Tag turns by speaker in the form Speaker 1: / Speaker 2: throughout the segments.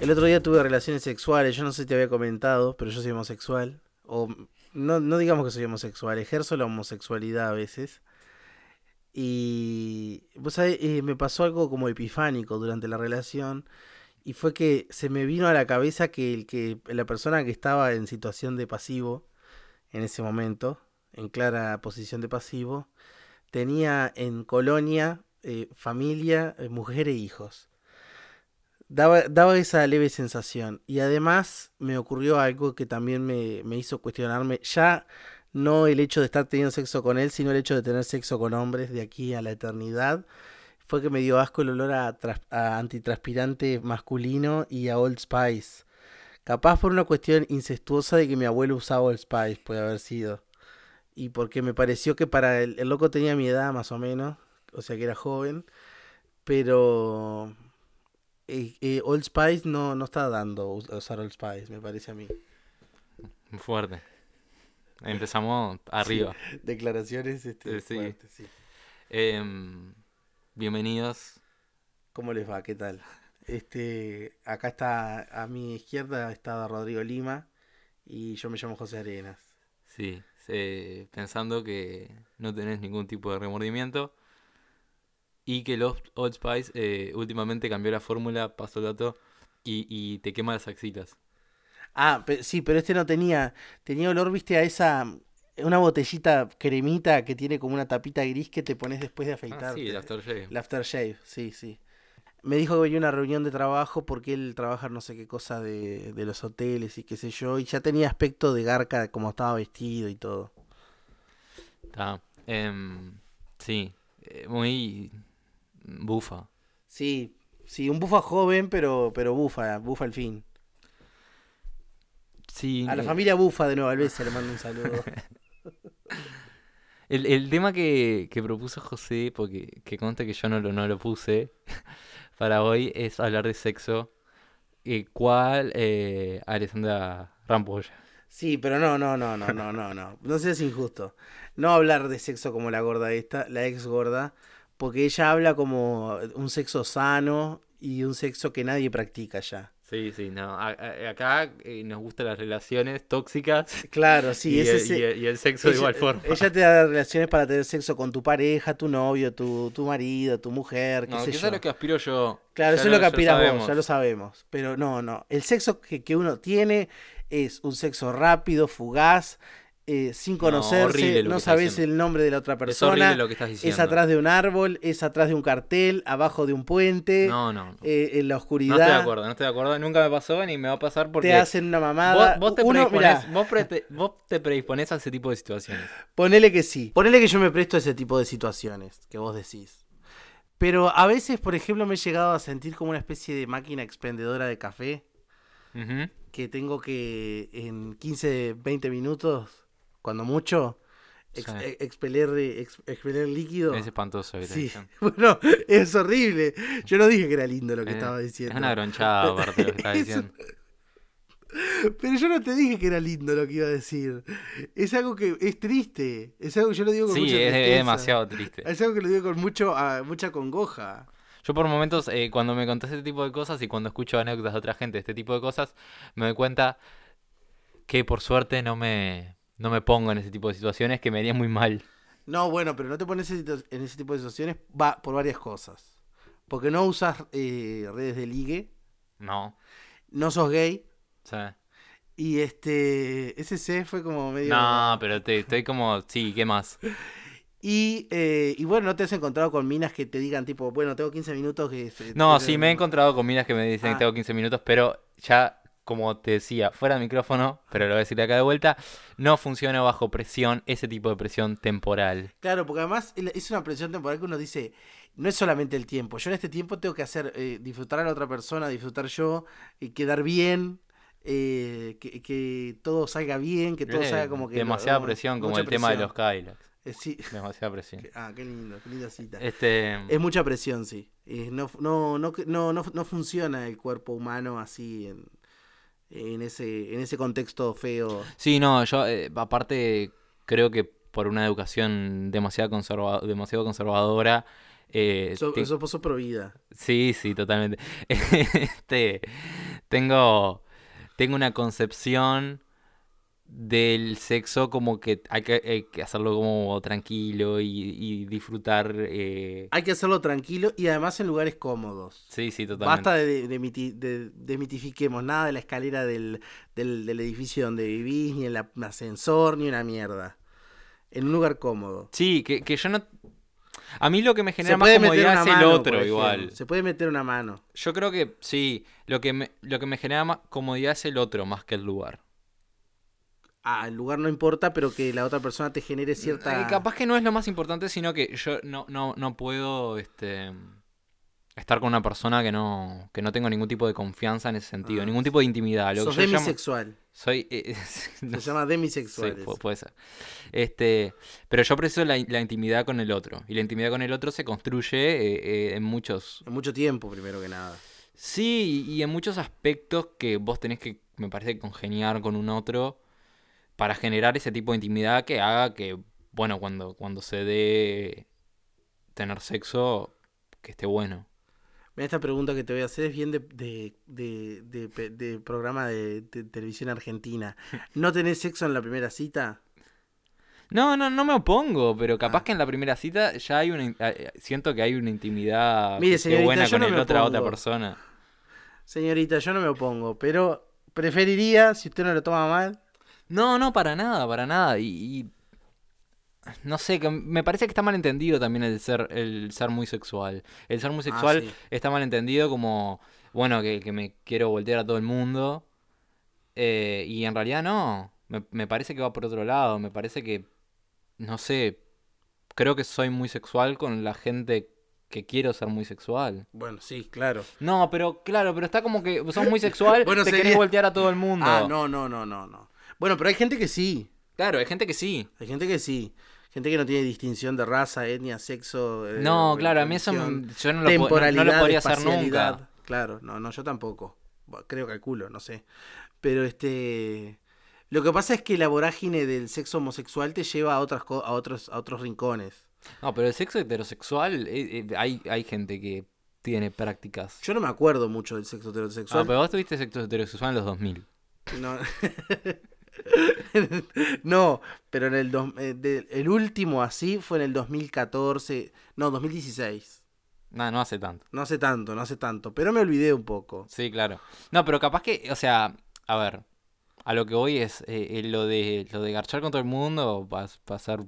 Speaker 1: El otro día tuve relaciones sexuales, yo no sé si te había comentado, pero yo soy homosexual. O no, no digamos que soy homosexual, ejerzo la homosexualidad a veces. Y vos sabés, eh, me pasó algo como epifánico durante la relación. Y fue que se me vino a la cabeza que, el que la persona que estaba en situación de pasivo en ese momento, en clara posición de pasivo, tenía en colonia eh, familia, eh, mujer e hijos. Daba, daba esa leve sensación. Y además me ocurrió algo que también me, me hizo cuestionarme, ya no el hecho de estar teniendo sexo con él, sino el hecho de tener sexo con hombres de aquí a la eternidad. Fue que me dio asco el olor a, tras- a antitranspirante masculino y a Old Spice. Capaz por una cuestión incestuosa de que mi abuelo usaba Old Spice, puede haber sido. Y porque me pareció que para el, el loco tenía mi edad más o menos, o sea que era joven, pero eh, eh, Old Spice no, no está dando us- usar Old Spice, me parece a mí.
Speaker 2: Fuerte. Empezamos arriba.
Speaker 1: Declaraciones este,
Speaker 2: Eh, sí.
Speaker 1: fuertes, sí.
Speaker 2: Em, bienvenidos.
Speaker 1: ¿Cómo les va? ¿Qué tal? Este, acá está, a mi izquierda está Rodrigo Lima y yo me llamo José Arenas.
Speaker 2: Sí, eh, pensando que no tenés ningún tipo de remordimiento. Y que los Old Spice eh, últimamente cambió la fórmula, pasó el dato, y, y te quema las axilas.
Speaker 1: Ah, pe- sí, pero este no tenía, tenía olor, viste, a esa, una botellita cremita que tiene como una tapita gris que te pones después de
Speaker 2: Ah, sí,
Speaker 1: afeitarte.
Speaker 2: el aftershave.
Speaker 1: El aftershave, sí, sí. Me dijo que venía a una reunión de trabajo porque él trabaja no sé qué cosa de, de los hoteles y qué sé yo, y ya tenía aspecto de garca como estaba vestido y todo.
Speaker 2: Está. Em, sí, eh, muy bufa.
Speaker 1: Sí, sí, un bufa joven, pero, pero bufa, bufa al fin.
Speaker 2: Sí,
Speaker 1: A la
Speaker 2: eh,
Speaker 1: familia bufa de Nueva Alvesia le mando un saludo.
Speaker 2: El, el tema que, que propuso José, porque que consta que yo no lo, no lo puse para hoy, es hablar de sexo. Eh, ¿Cuál eh, Alessandra Rampolla?
Speaker 1: Sí, pero no, no, no, no, no, no, no. No seas injusto. No hablar de sexo como la gorda esta, la ex gorda, porque ella habla como un sexo sano y un sexo que nadie practica ya.
Speaker 2: Sí, sí, no. a- a- acá eh, nos gustan las relaciones tóxicas
Speaker 1: Claro, sí,
Speaker 2: y,
Speaker 1: ese
Speaker 2: el, y
Speaker 1: se-
Speaker 2: el- y el sexo de
Speaker 1: ella- eh,
Speaker 2: igual forma.
Speaker 1: Ella te da relaciones para tener sexo con tu pareja, tu novio, tu, tu marido, tu mujer, qué
Speaker 2: No,
Speaker 1: sé
Speaker 2: que eso
Speaker 1: yo.
Speaker 2: es lo que aspiro yo.
Speaker 1: Claro,
Speaker 2: Ya
Speaker 1: eso es lo
Speaker 2: lo-
Speaker 1: que
Speaker 2: ya
Speaker 1: aspiras vos,
Speaker 2: sabemos.
Speaker 1: ya lo sabemos. Pero no, no. El sexo que, que uno tiene es un sexo rápido, fugaz, eh, sin conocerse,
Speaker 2: horrible lo
Speaker 1: no
Speaker 2: que está
Speaker 1: sabes
Speaker 2: diciendo.
Speaker 1: el nombre de la otra
Speaker 2: Es horrible
Speaker 1: persona.
Speaker 2: lo que estás
Speaker 1: Es,
Speaker 2: diciendo.
Speaker 1: atrás de un árbol, es atrás de un cartel, abajo de un puente,
Speaker 2: No, no. No,
Speaker 1: eh, en la
Speaker 2: No estoy de
Speaker 1: oscuridad.
Speaker 2: acuerdo, no estoy de acuerdo. Nunca me pasó ni me va a pasar porque.
Speaker 1: te hacen una
Speaker 2: Vos,
Speaker 1: mamada.
Speaker 2: vos te
Speaker 1: Uno,
Speaker 2: predisponés,
Speaker 1: mirá,
Speaker 2: vos prete- vos te predisponés a ese tipo de situaciones.
Speaker 1: Ponele que sí. Ponele que yo me presto a ese tipo de situaciones que vos decís. Pero a veces, por ejemplo, me he llegado a sentir como una especie de máquina expendedora de café.
Speaker 2: Ujú.
Speaker 1: que tengo que en 15, 20 minutos, cuando mucho, ex-
Speaker 2: Sí.
Speaker 1: e- expeler, ex- expeler líquido.
Speaker 2: Es espantoso. ¿viste?
Speaker 1: Sí,
Speaker 2: Es un-
Speaker 1: bueno, es horrible. Yo no dije que era lindo lo que
Speaker 2: Eh,
Speaker 1: estaba
Speaker 2: Es
Speaker 1: diciendo.
Speaker 2: una gronchada aparte lo que estás
Speaker 1: Es
Speaker 2: diciendo.
Speaker 1: Pero yo no te dije que era lindo lo que iba a decir. Es algo que es triste. Es algo que yo lo digo con
Speaker 2: Sí,
Speaker 1: mucha
Speaker 2: es, es
Speaker 1: tristeza.
Speaker 2: demasiado triste.
Speaker 1: Es algo que lo digo con mucho, ah, mucha congoja.
Speaker 2: Yo por momentos, eh, cuando me contás este tipo de cosas y cuando escucho anécdotas de otra gente, este tipo de cosas, me doy cuenta que por suerte no me, no me pongo en ese tipo de situaciones que me harían muy mal.
Speaker 1: No, bueno, pero no te pones en situ- en ese tipo de situaciones va por varias cosas. Porque no usas eh, redes de ligue,
Speaker 2: No.
Speaker 1: no sos gay.
Speaker 2: o sea,
Speaker 1: Y este, ese C fue como medio...
Speaker 2: no, pero te, estoy como, sí, ¿qué más?
Speaker 1: Y, eh, y bueno, ¿no te has encontrado con minas que te digan tipo, bueno, tengo 15 minutos que... se-
Speaker 2: No,
Speaker 1: te-
Speaker 2: sí, me he encontrado con minas que me dicen
Speaker 1: Ah.
Speaker 2: que tengo 15 minutos, pero ya, como te decía, fuera de micrófono, pero lo voy a decir acá de vuelta, no funciona bajo presión, ese tipo de presión temporal.
Speaker 1: Claro, porque además el- es una presión temporal que uno dice, no es solamente el tiempo, yo en este tiempo tengo que hacer, eh, disfrutar a la otra persona, disfrutar yo, y quedar bien, eh, que, que todo salga bien, que todo
Speaker 2: Eh,
Speaker 1: salga como que... lo-
Speaker 2: demasiada
Speaker 1: lo-
Speaker 2: presión, como
Speaker 1: mucha
Speaker 2: el tema de
Speaker 1: presión.
Speaker 2: los Kylax.
Speaker 1: Eh, sí.
Speaker 2: Demasiada presión.
Speaker 1: Ah, qué lindo, qué linda cita.
Speaker 2: Este,
Speaker 1: Es mucha presión, sí. Y no, no, no, no, no, no funciona el cuerpo humano así en, en ese, en ese contexto feo.
Speaker 2: sí, no, yo eh, aparte creo que por una educación demasiado, conserva- demasiado conservadora... eh,
Speaker 1: Eso
Speaker 2: te-
Speaker 1: eso vos sos pro vida.
Speaker 2: Sí, sí, totalmente. Este, Tengo, tengo una concepción del sexo como que hay que, hay que hacerlo como tranquilo y, y disfrutar. eh,
Speaker 1: Hay que hacerlo tranquilo y además en lugares cómodos.
Speaker 2: Sí, sí, totalmente.
Speaker 1: Basta de, de miti- de- demitifiquemos nada de la escalera del, del- del edificio donde vivís, ni el a- ascensor, ni una mierda. En un lugar cómodo.
Speaker 2: Sí, que, que yo no... A mí lo que me genera
Speaker 1: Se
Speaker 2: más
Speaker 1: puede meter
Speaker 2: comodidad
Speaker 1: una
Speaker 2: es el
Speaker 1: mano, por
Speaker 2: otro
Speaker 1: ejemplo.
Speaker 2: igual.
Speaker 1: Se puede meter una mano.
Speaker 2: Yo creo que sí, lo que me, lo que me genera más comodidad es el otro más que el lugar.
Speaker 1: Ah, el lugar no importa, pero que la otra persona te genere cierta...
Speaker 2: Eh, capaz que no es lo más importante, sino que yo no, no, no puedo este, estar con una persona que no, que no tengo ningún tipo de confianza en ese sentido,
Speaker 1: Ah,
Speaker 2: ningún tipo de intimidad. Lo que
Speaker 1: Sos
Speaker 2: yo llamo-
Speaker 1: demisexual.
Speaker 2: soy, eh, no
Speaker 1: Se llama demisexual.
Speaker 2: sé, pu-
Speaker 1: eso.
Speaker 2: puede ser. Este, pero yo preciso la, la intimidad con el otro. Y la intimidad con el otro se construye eh, eh, en muchos
Speaker 1: En mucho tiempo, primero que nada.
Speaker 2: Sí, y en muchos aspectos que vos tenés que, me parece, congeniar con un otro para generar ese tipo de intimidad que haga que, bueno, cuando, cuando se dé tener sexo, que esté bueno.
Speaker 1: Mira, esta pregunta que te voy a hacer es bien de, de, de- de pe- de programa de, te- televisión argentina. ¿No tenés sexo en la primera cita?
Speaker 2: No, no, no me opongo, pero capaz
Speaker 1: Ah.
Speaker 2: que en la primera cita ya hay una, in- eh, siento que hay una intimidad
Speaker 1: Mire,
Speaker 2: que esté
Speaker 1: señorita,
Speaker 2: buena
Speaker 1: yo
Speaker 2: con
Speaker 1: no
Speaker 2: el
Speaker 1: me
Speaker 2: otra otra
Speaker 1: opongo.
Speaker 2: persona.
Speaker 1: Señorita, yo no me opongo, pero preferiría, si usted no lo toma mal,
Speaker 2: No, no, para nada, para nada. Y, y- no sé, que me parece que está mal entendido también el ser, el ser muy sexual. El ser muy sexual
Speaker 1: Ah, sí.
Speaker 2: está mal entendido como, bueno, que, que me quiero voltear a todo el mundo. Eh, y en realidad no. Me, me parece que va por otro lado. Me parece que, no sé, creo que soy muy sexual con la gente que quiero ser muy sexual.
Speaker 1: bueno, sí, claro.
Speaker 2: No, pero claro, pero está como que sos muy sexual,
Speaker 1: Bueno,
Speaker 2: te
Speaker 1: sería-
Speaker 2: querés voltear a todo el mundo.
Speaker 1: Ah, no, no, no, no, no. Bueno, pero hay gente que sí.
Speaker 2: Claro, hay gente que sí.
Speaker 1: Hay gente que sí. Gente que no tiene distinción de raza, etnia, sexo. eh,
Speaker 2: No,
Speaker 1: re-
Speaker 2: claro, a mí eso
Speaker 1: religión,
Speaker 2: me- yo no lo, po- no- no
Speaker 1: temporalidad,
Speaker 2: lo podría hacer
Speaker 1: espacialidad.
Speaker 2: nunca.
Speaker 1: Claro, no, no, yo tampoco. Bueno, Creo, calculo, no sé. Pero este. Lo que pasa es que la vorágine del sexo homosexual te lleva a, otras co- a, otros, a otros rincones.
Speaker 2: No, pero el sexo heterosexual, eh, eh, hay, hay gente que tiene prácticas.
Speaker 1: Yo no me acuerdo mucho del sexo
Speaker 2: Ah,
Speaker 1: heterosexual.
Speaker 2: pero vos tuviste sexo heterosexual en los 2000.
Speaker 1: No. No, pero en el, dos- eh, de- el último así fue en el 2014, no, 2016.
Speaker 2: No, no hace tanto.
Speaker 1: No hace tanto, no hace tanto, pero me olvidé un poco.
Speaker 2: Sí, claro. No, pero capaz que, o sea, a ver, a lo que voy es eh, eh, lo de lo de garchar con todo el mundo, para ser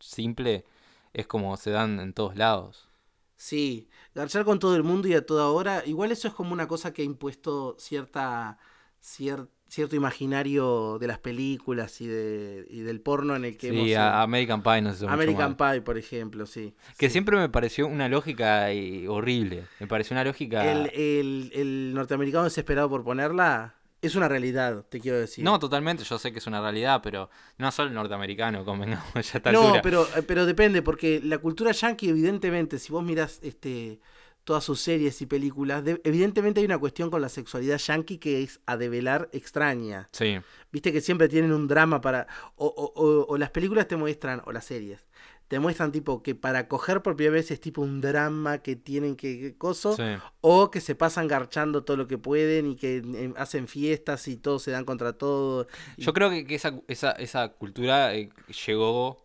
Speaker 2: simple, es como se dan en todos lados.
Speaker 1: Sí, garchar con todo el mundo y a toda hora, igual eso es como una cosa que ha impuesto cierta, cier- cierto imaginario de las películas y, de, y del porno en el que hemos...
Speaker 2: Sí, a- American Pie no se hizo mucho
Speaker 1: American
Speaker 2: mal.
Speaker 1: Pie, por ejemplo, sí.
Speaker 2: Que
Speaker 1: sí.
Speaker 2: siempre me pareció una lógica eh, horrible. Me pareció una lógica...
Speaker 1: El, el- el norteamericano desesperado por ponerla es una realidad, te quiero decir.
Speaker 2: No, totalmente, yo sé que es una realidad, pero no solo el norteamericano, convengamos, ya está
Speaker 1: No,
Speaker 2: altura.
Speaker 1: pero, eh, pero depende, porque la cultura yankee, evidentemente, si vos mirás este, todas sus series y películas, de- evidentemente hay una cuestión con la sexualidad yankee que es a develar extraña.
Speaker 2: Sí,
Speaker 1: Viste que siempre tienen un drama para. O, o- o- o las películas te muestran, o las series, te muestran tipo que para coger por primera vez es tipo un drama que tienen que. que coso.
Speaker 2: sí.
Speaker 1: O que se pasan garchando todo lo que pueden y que eh, hacen fiestas y todos se dan contra todo.
Speaker 2: Yo creo que, que esa, esa, esa cultura eh, llegó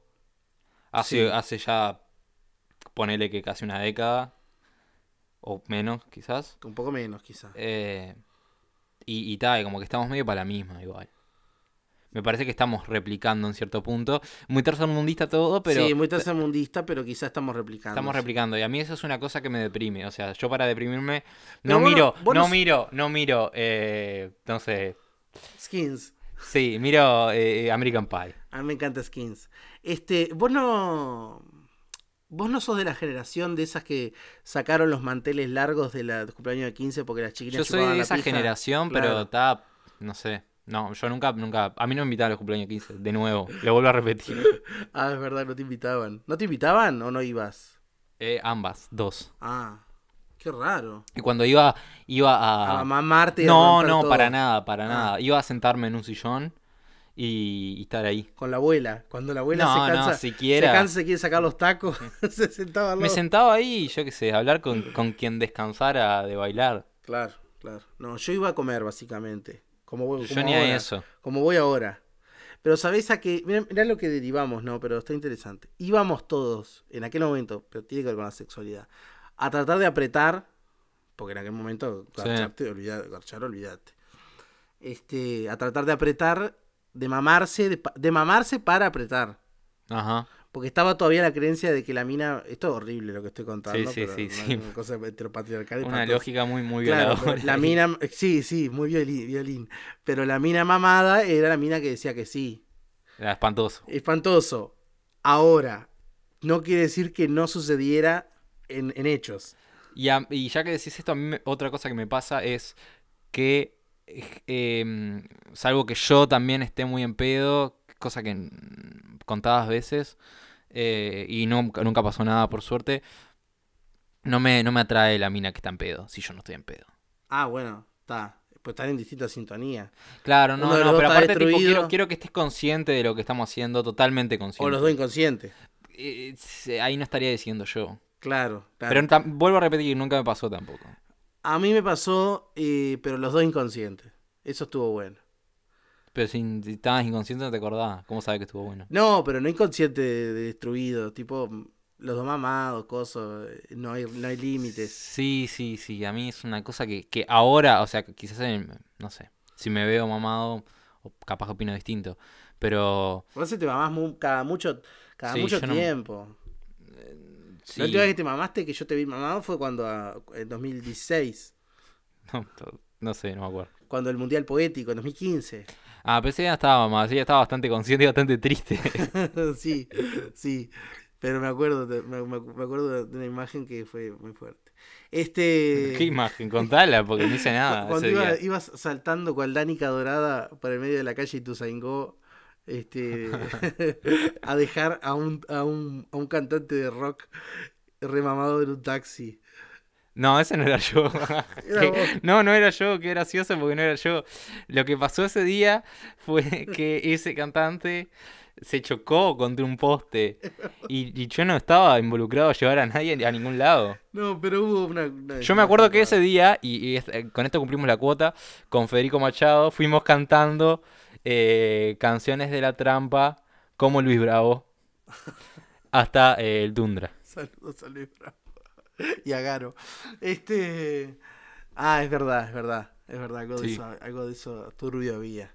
Speaker 2: hace,
Speaker 1: Sí.
Speaker 2: hace ya, ponele que casi una década, o menos quizás.
Speaker 1: Un poco menos, quizás.
Speaker 2: eh, y, y tal, como que estamos medio para la misma igual. Me parece que estamos replicando en cierto punto. Muy tercermundista todo, pero...
Speaker 1: sí, muy tercermundista, pero quizás estamos replicando.
Speaker 2: Estamos replicando y a mí eso es una cosa que me deprime. O sea, yo para deprimirme
Speaker 1: Pero
Speaker 2: no
Speaker 1: vos no-
Speaker 2: miro,
Speaker 1: vos
Speaker 2: no,
Speaker 1: no-
Speaker 2: miro, no miro, eh, no sé.
Speaker 1: Skins.
Speaker 2: Sí, miro eh, American Pie.
Speaker 1: A mí me encanta Skins. Este, vos no. Vos no sos de la generación de esas que sacaron los manteles largos de la del cumpleaños de 15 porque las chiquitas
Speaker 2: Yo soy
Speaker 1: chupaban
Speaker 2: de
Speaker 1: la
Speaker 2: esa
Speaker 1: pija.
Speaker 2: generación, pero
Speaker 1: Claro.
Speaker 2: está, no sé. No, yo nunca, nunca. A mí no me invitaron a los cumpleaños 15, de nuevo. Lo vuelvo a repetir.
Speaker 1: Ah, es verdad, no te invitaban. ¿No te invitaban o no ibas?
Speaker 2: Eh, ambas, dos.
Speaker 1: Ah, qué raro.
Speaker 2: Y cuando iba, iba
Speaker 1: A
Speaker 2: a.
Speaker 1: mamarte y a
Speaker 2: Ah. No,
Speaker 1: romper
Speaker 2: no,
Speaker 1: todo.
Speaker 2: para nada, para
Speaker 1: Ah.
Speaker 2: nada. Iba a sentarme en un sillón y, y estar ahí.
Speaker 1: Con la abuela. Cuando la abuela
Speaker 2: No,
Speaker 1: se
Speaker 2: no,
Speaker 1: cansa.
Speaker 2: siquiera.
Speaker 1: Se cansa, se quiere sacar los tacos. se sentaba al
Speaker 2: Me
Speaker 1: lado.
Speaker 2: sentaba ahí, yo qué sé, a hablar con, con quien descansara de bailar.
Speaker 1: Claro, claro. No, yo iba a comer, básicamente. Como, voy-
Speaker 2: Yo
Speaker 1: como
Speaker 2: ni
Speaker 1: ahora,
Speaker 2: a eso.
Speaker 1: Como voy ahora. Pero sabés a que. Mirá, mirá lo que derivamos, ¿no? Pero está interesante. Íbamos todos, en aquel momento, pero tiene que ver con la sexualidad, a tratar de apretar, porque en aquel momento,
Speaker 2: Sí.
Speaker 1: garcharte, olvidate, garchar, olvidate. Este, a tratar de apretar, de mamarse, de, pa- de mamarse para apretar.
Speaker 2: Ajá.
Speaker 1: Porque estaba todavía la creencia de que la mina. Esto es horrible lo que estoy contando.
Speaker 2: Sí, sí,
Speaker 1: pero
Speaker 2: sí,
Speaker 1: una-
Speaker 2: sí.
Speaker 1: Una cosa heteropatriarcal.
Speaker 2: Una
Speaker 1: espantosa.
Speaker 2: lógica muy, muy
Speaker 1: Claro,
Speaker 2: violadora.
Speaker 1: pero la mina, sí, sí, muy violín, violín. Pero la mina mamada era la mina que decía que sí.
Speaker 2: Era espantoso.
Speaker 1: Espantoso. Ahora, no quiere decir que no sucediera en, en hechos.
Speaker 2: Y, a- y ya que decís esto, a mí me- otra cosa que me pasa es que, eh, em, salvo que yo también esté muy en pedo, cosa que mm, contadas veces, eh, y no, nunca pasó nada por suerte, no me, no me atrae la mina que está en pedo, si yo no estoy en pedo.
Speaker 1: Ah, bueno, está. Pues están en distinta sintonía.
Speaker 2: Claro, no,
Speaker 1: Uno de
Speaker 2: no,
Speaker 1: los dos
Speaker 2: pero
Speaker 1: está
Speaker 2: aparte tipo, quiero,
Speaker 1: destruido.
Speaker 2: quiero que estés consciente de lo que estamos haciendo, totalmente consciente.
Speaker 1: O los dos inconscientes.
Speaker 2: Eh, eh, ahí no estaría diciendo yo.
Speaker 1: Claro, claro.
Speaker 2: Pero tam- vuelvo a repetir, nunca me pasó tampoco.
Speaker 1: A mí me pasó, eh, pero los dos inconscientes. Eso estuvo bueno.
Speaker 2: Pero si si estabas inconsciente no te acordabas, ¿cómo sabes que estuvo bueno?
Speaker 1: No, pero no inconsciente de- de destruido. Tipo, los dos mamados, cosas. eh, No hay, no hay límites.
Speaker 2: Sí, sí, sí. A mí es una cosa que, que ahora, o sea, que quizás, en- no sé, si me veo mamado, o capaz opino distinto. Pero
Speaker 1: Vos se te mamás mu- cada mucho, cada
Speaker 2: Sí,
Speaker 1: mucho
Speaker 2: yo no-
Speaker 1: tiempo.
Speaker 2: sí.
Speaker 1: La última vez que te mamaste, que yo te vi mamado, fue cuando ah, en 2016,
Speaker 2: No, to- no sé, no me acuerdo.
Speaker 1: cuando el Mundial Poético, en 2015.
Speaker 2: Ah, pensé que ya estaba mamado, sí, ya estaba bastante consciente y bastante triste.
Speaker 1: sí, sí. Pero me acuerdo, de- me, me- me acuerdo de una imagen que fue muy fuerte. Este.
Speaker 2: Qué imagen, contala, porque no hice
Speaker 1: cu-
Speaker 2: nada
Speaker 1: cuando
Speaker 2: ese
Speaker 1: iba-
Speaker 2: día.
Speaker 1: ibas saltando cual Dánica Dorada por el medio de la calle Ituzaingó. Este, a dejar a un, a, un, a un cantante de rock remamado en un taxi.
Speaker 2: No, ese no era yo.
Speaker 1: Era
Speaker 2: Que-
Speaker 1: vos.
Speaker 2: no, no era yo, qué gracioso porque no era yo. Lo que pasó ese día fue que ese cantante se chocó contra un poste y, y yo no estaba involucrado a llevar a nadie a ningún lado.
Speaker 1: No, pero hubo una. una-
Speaker 2: Yo me acuerdo que
Speaker 1: una-
Speaker 2: ese día, y, y es- eh, con esto cumplimos la cuota, con Federico Machado fuimos cantando eh, canciones de la trampa como Luis Bravo hasta eh, el Tundra.
Speaker 1: Saludos a Luis Bravo. Y a Garo. Este. Ah, es verdad, es verdad. Es verdad, algo, de,
Speaker 2: Sí.
Speaker 1: eso, algo de eso turbio había.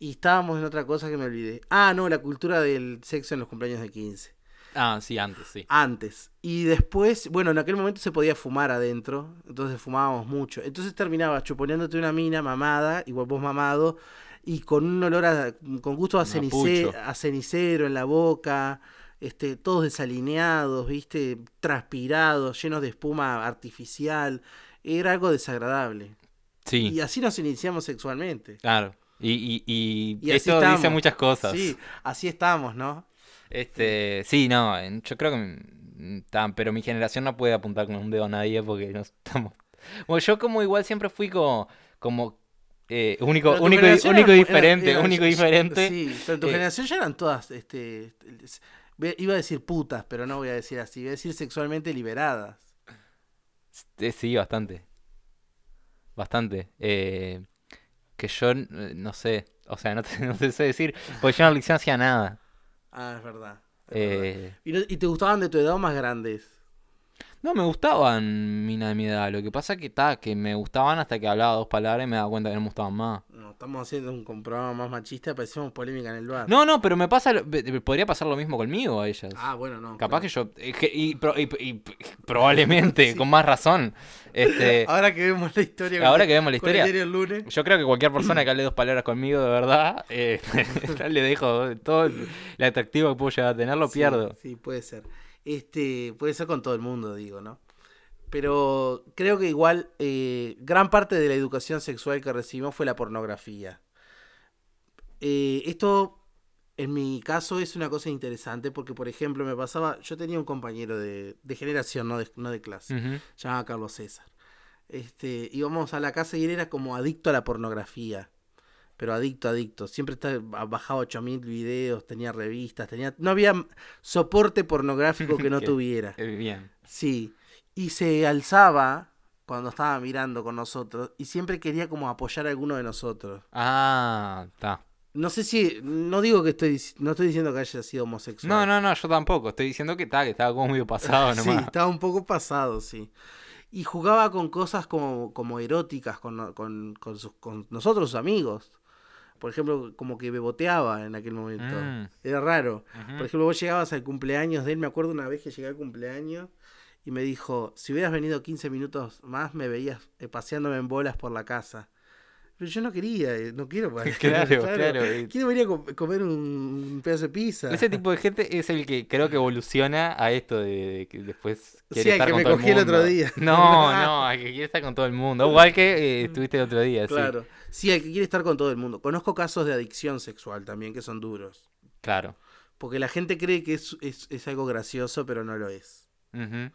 Speaker 1: Y estábamos en otra cosa que me olvidé. Ah, no, la cultura del sexo en los cumpleaños de 15.
Speaker 2: Ah, sí, antes, sí.
Speaker 1: Antes. Y después, bueno, en aquel momento se podía fumar adentro. Entonces fumábamos mucho. Entonces terminabas chuponeándote una mina mamada, igual vos mamado, y con un olor a- con gusto a, cenice-
Speaker 2: Mapucho.
Speaker 1: a cenicero en la boca. Este, todos desalineados, viste, transpirados, llenos de espuma artificial. Era algo desagradable.
Speaker 2: Sí.
Speaker 1: Y así nos iniciamos sexualmente.
Speaker 2: Claro. Y, y, y
Speaker 1: Y así
Speaker 2: esto dice
Speaker 1: estamos.
Speaker 2: muchas cosas.
Speaker 1: Sí, así estamos, ¿no?
Speaker 2: Este, sí, no, en- yo creo que mm, tan, pero mi generación no puede apuntar con un dedo a nadie porque no estamos. Bueno, yo como igual siempre fui como, como eh, único,
Speaker 1: Pero tu
Speaker 2: único, y-
Speaker 1: generación
Speaker 2: único y
Speaker 1: era-
Speaker 2: diferente,
Speaker 1: era-
Speaker 2: único y
Speaker 1: era-
Speaker 2: diferente.
Speaker 1: Sí, pero en tu
Speaker 2: Eh,
Speaker 1: generación ya eran todas, este, es- ve- iba a decir putas, pero no voy a decir así, voy a decir sexualmente liberadas.
Speaker 2: Eh, sí, bastante. Bastante. Eh, que yo n- eh, no sé, o sea, no te, no te sé decir, porque yo en la liceo no hacía nada.
Speaker 1: Ah, es verdad. es verdad.
Speaker 2: Eh,
Speaker 1: ¿Y, no- y te gustaban de tu edad o más grandes?
Speaker 2: No, me gustaban minas de mi edad. Lo que pasa que ta, que me gustaban hasta que hablaba dos palabras y me daba cuenta que no me gustaban más.
Speaker 1: No, estamos haciendo un un programa más machista, parecemos polémica en el bar.
Speaker 2: No, no, pero me pasa, lo- be- be- podría pasar lo mismo conmigo a ellas.
Speaker 1: Ah, bueno, no.
Speaker 2: Capaz
Speaker 1: claro.
Speaker 2: que yo, eh, que- y, pro- y- y- probablemente, con más razón. Este,
Speaker 1: Ahora que vemos la historia.
Speaker 2: Ahora que vemos la historia.
Speaker 1: el lunes.
Speaker 2: yo creo que cualquier persona que hable dos palabras conmigo, de verdad, eh, le dejo todo el atractivo que puedo llegar a tener, lo
Speaker 1: Sí,
Speaker 2: pierdo.
Speaker 1: Sí, puede ser. Este, puede ser con todo el mundo, digo, ¿no? Pero creo que igual eh, gran parte de la educación sexual que recibimos fue la pornografía. Eh, esto, en mi caso, es una cosa interesante porque, por ejemplo, me pasaba, yo tenía un compañero de, de generación, no de, no de clase,
Speaker 2: Ujú.
Speaker 1: llamaba Carlos César. Este, íbamos a la casa y él era como adicto a la pornografía. Pero adicto, adicto. Siempre está, bajaba 8000 videos, tenía revistas, tenía no había soporte pornográfico que no
Speaker 2: Que-
Speaker 1: tuviera.
Speaker 2: Eh, Bien.
Speaker 1: Sí. Y se alzaba cuando estaba mirando con nosotros y siempre quería como apoyar a alguno de nosotros.
Speaker 2: Ah, está.
Speaker 1: No sé si, no digo que estoy, dic- no estoy diciendo que haya sido homosexual.
Speaker 2: No, no, no, yo tampoco. Estoy diciendo que está, que estaba como medio pasado
Speaker 1: Sí,
Speaker 2: nomás.
Speaker 1: estaba un poco pasado, sí. Y jugaba con cosas como, como eróticas con, no- con, con sus- con nosotros, sus amigos. Por ejemplo, como que beboteaba en aquel momento.
Speaker 2: Mm.
Speaker 1: Era raro.
Speaker 2: Ujú.
Speaker 1: Por ejemplo, vos llegabas al cumpleaños de él. Me acuerdo una vez que llegué al cumpleaños y me dijo: Si hubieras venido 15 minutos más, me veías eh, paseándome en bolas por la casa. Pero yo no quería, eh, no quiero pasear,
Speaker 2: Claro, claro, eh.
Speaker 1: Quiero venir a co- comer un, un pedazo de pizza.
Speaker 2: Ese tipo de gente es el que creo que evoluciona a esto de, de que después quiere
Speaker 1: Sí, al
Speaker 2: estar
Speaker 1: que
Speaker 2: con
Speaker 1: me
Speaker 2: todo el
Speaker 1: cogí el
Speaker 2: mundo.
Speaker 1: otro día. Mm,
Speaker 2: No, no, al que quiere estar con todo el mundo. Igual que eh, estuviste el otro día, sí.
Speaker 1: Claro. Sí, el que quiere estar con todo el mundo. Conozco casos de adicción sexual también que son duros.
Speaker 2: Claro.
Speaker 1: Porque la gente cree que es, es- es algo gracioso, pero no lo es.
Speaker 2: Ujú.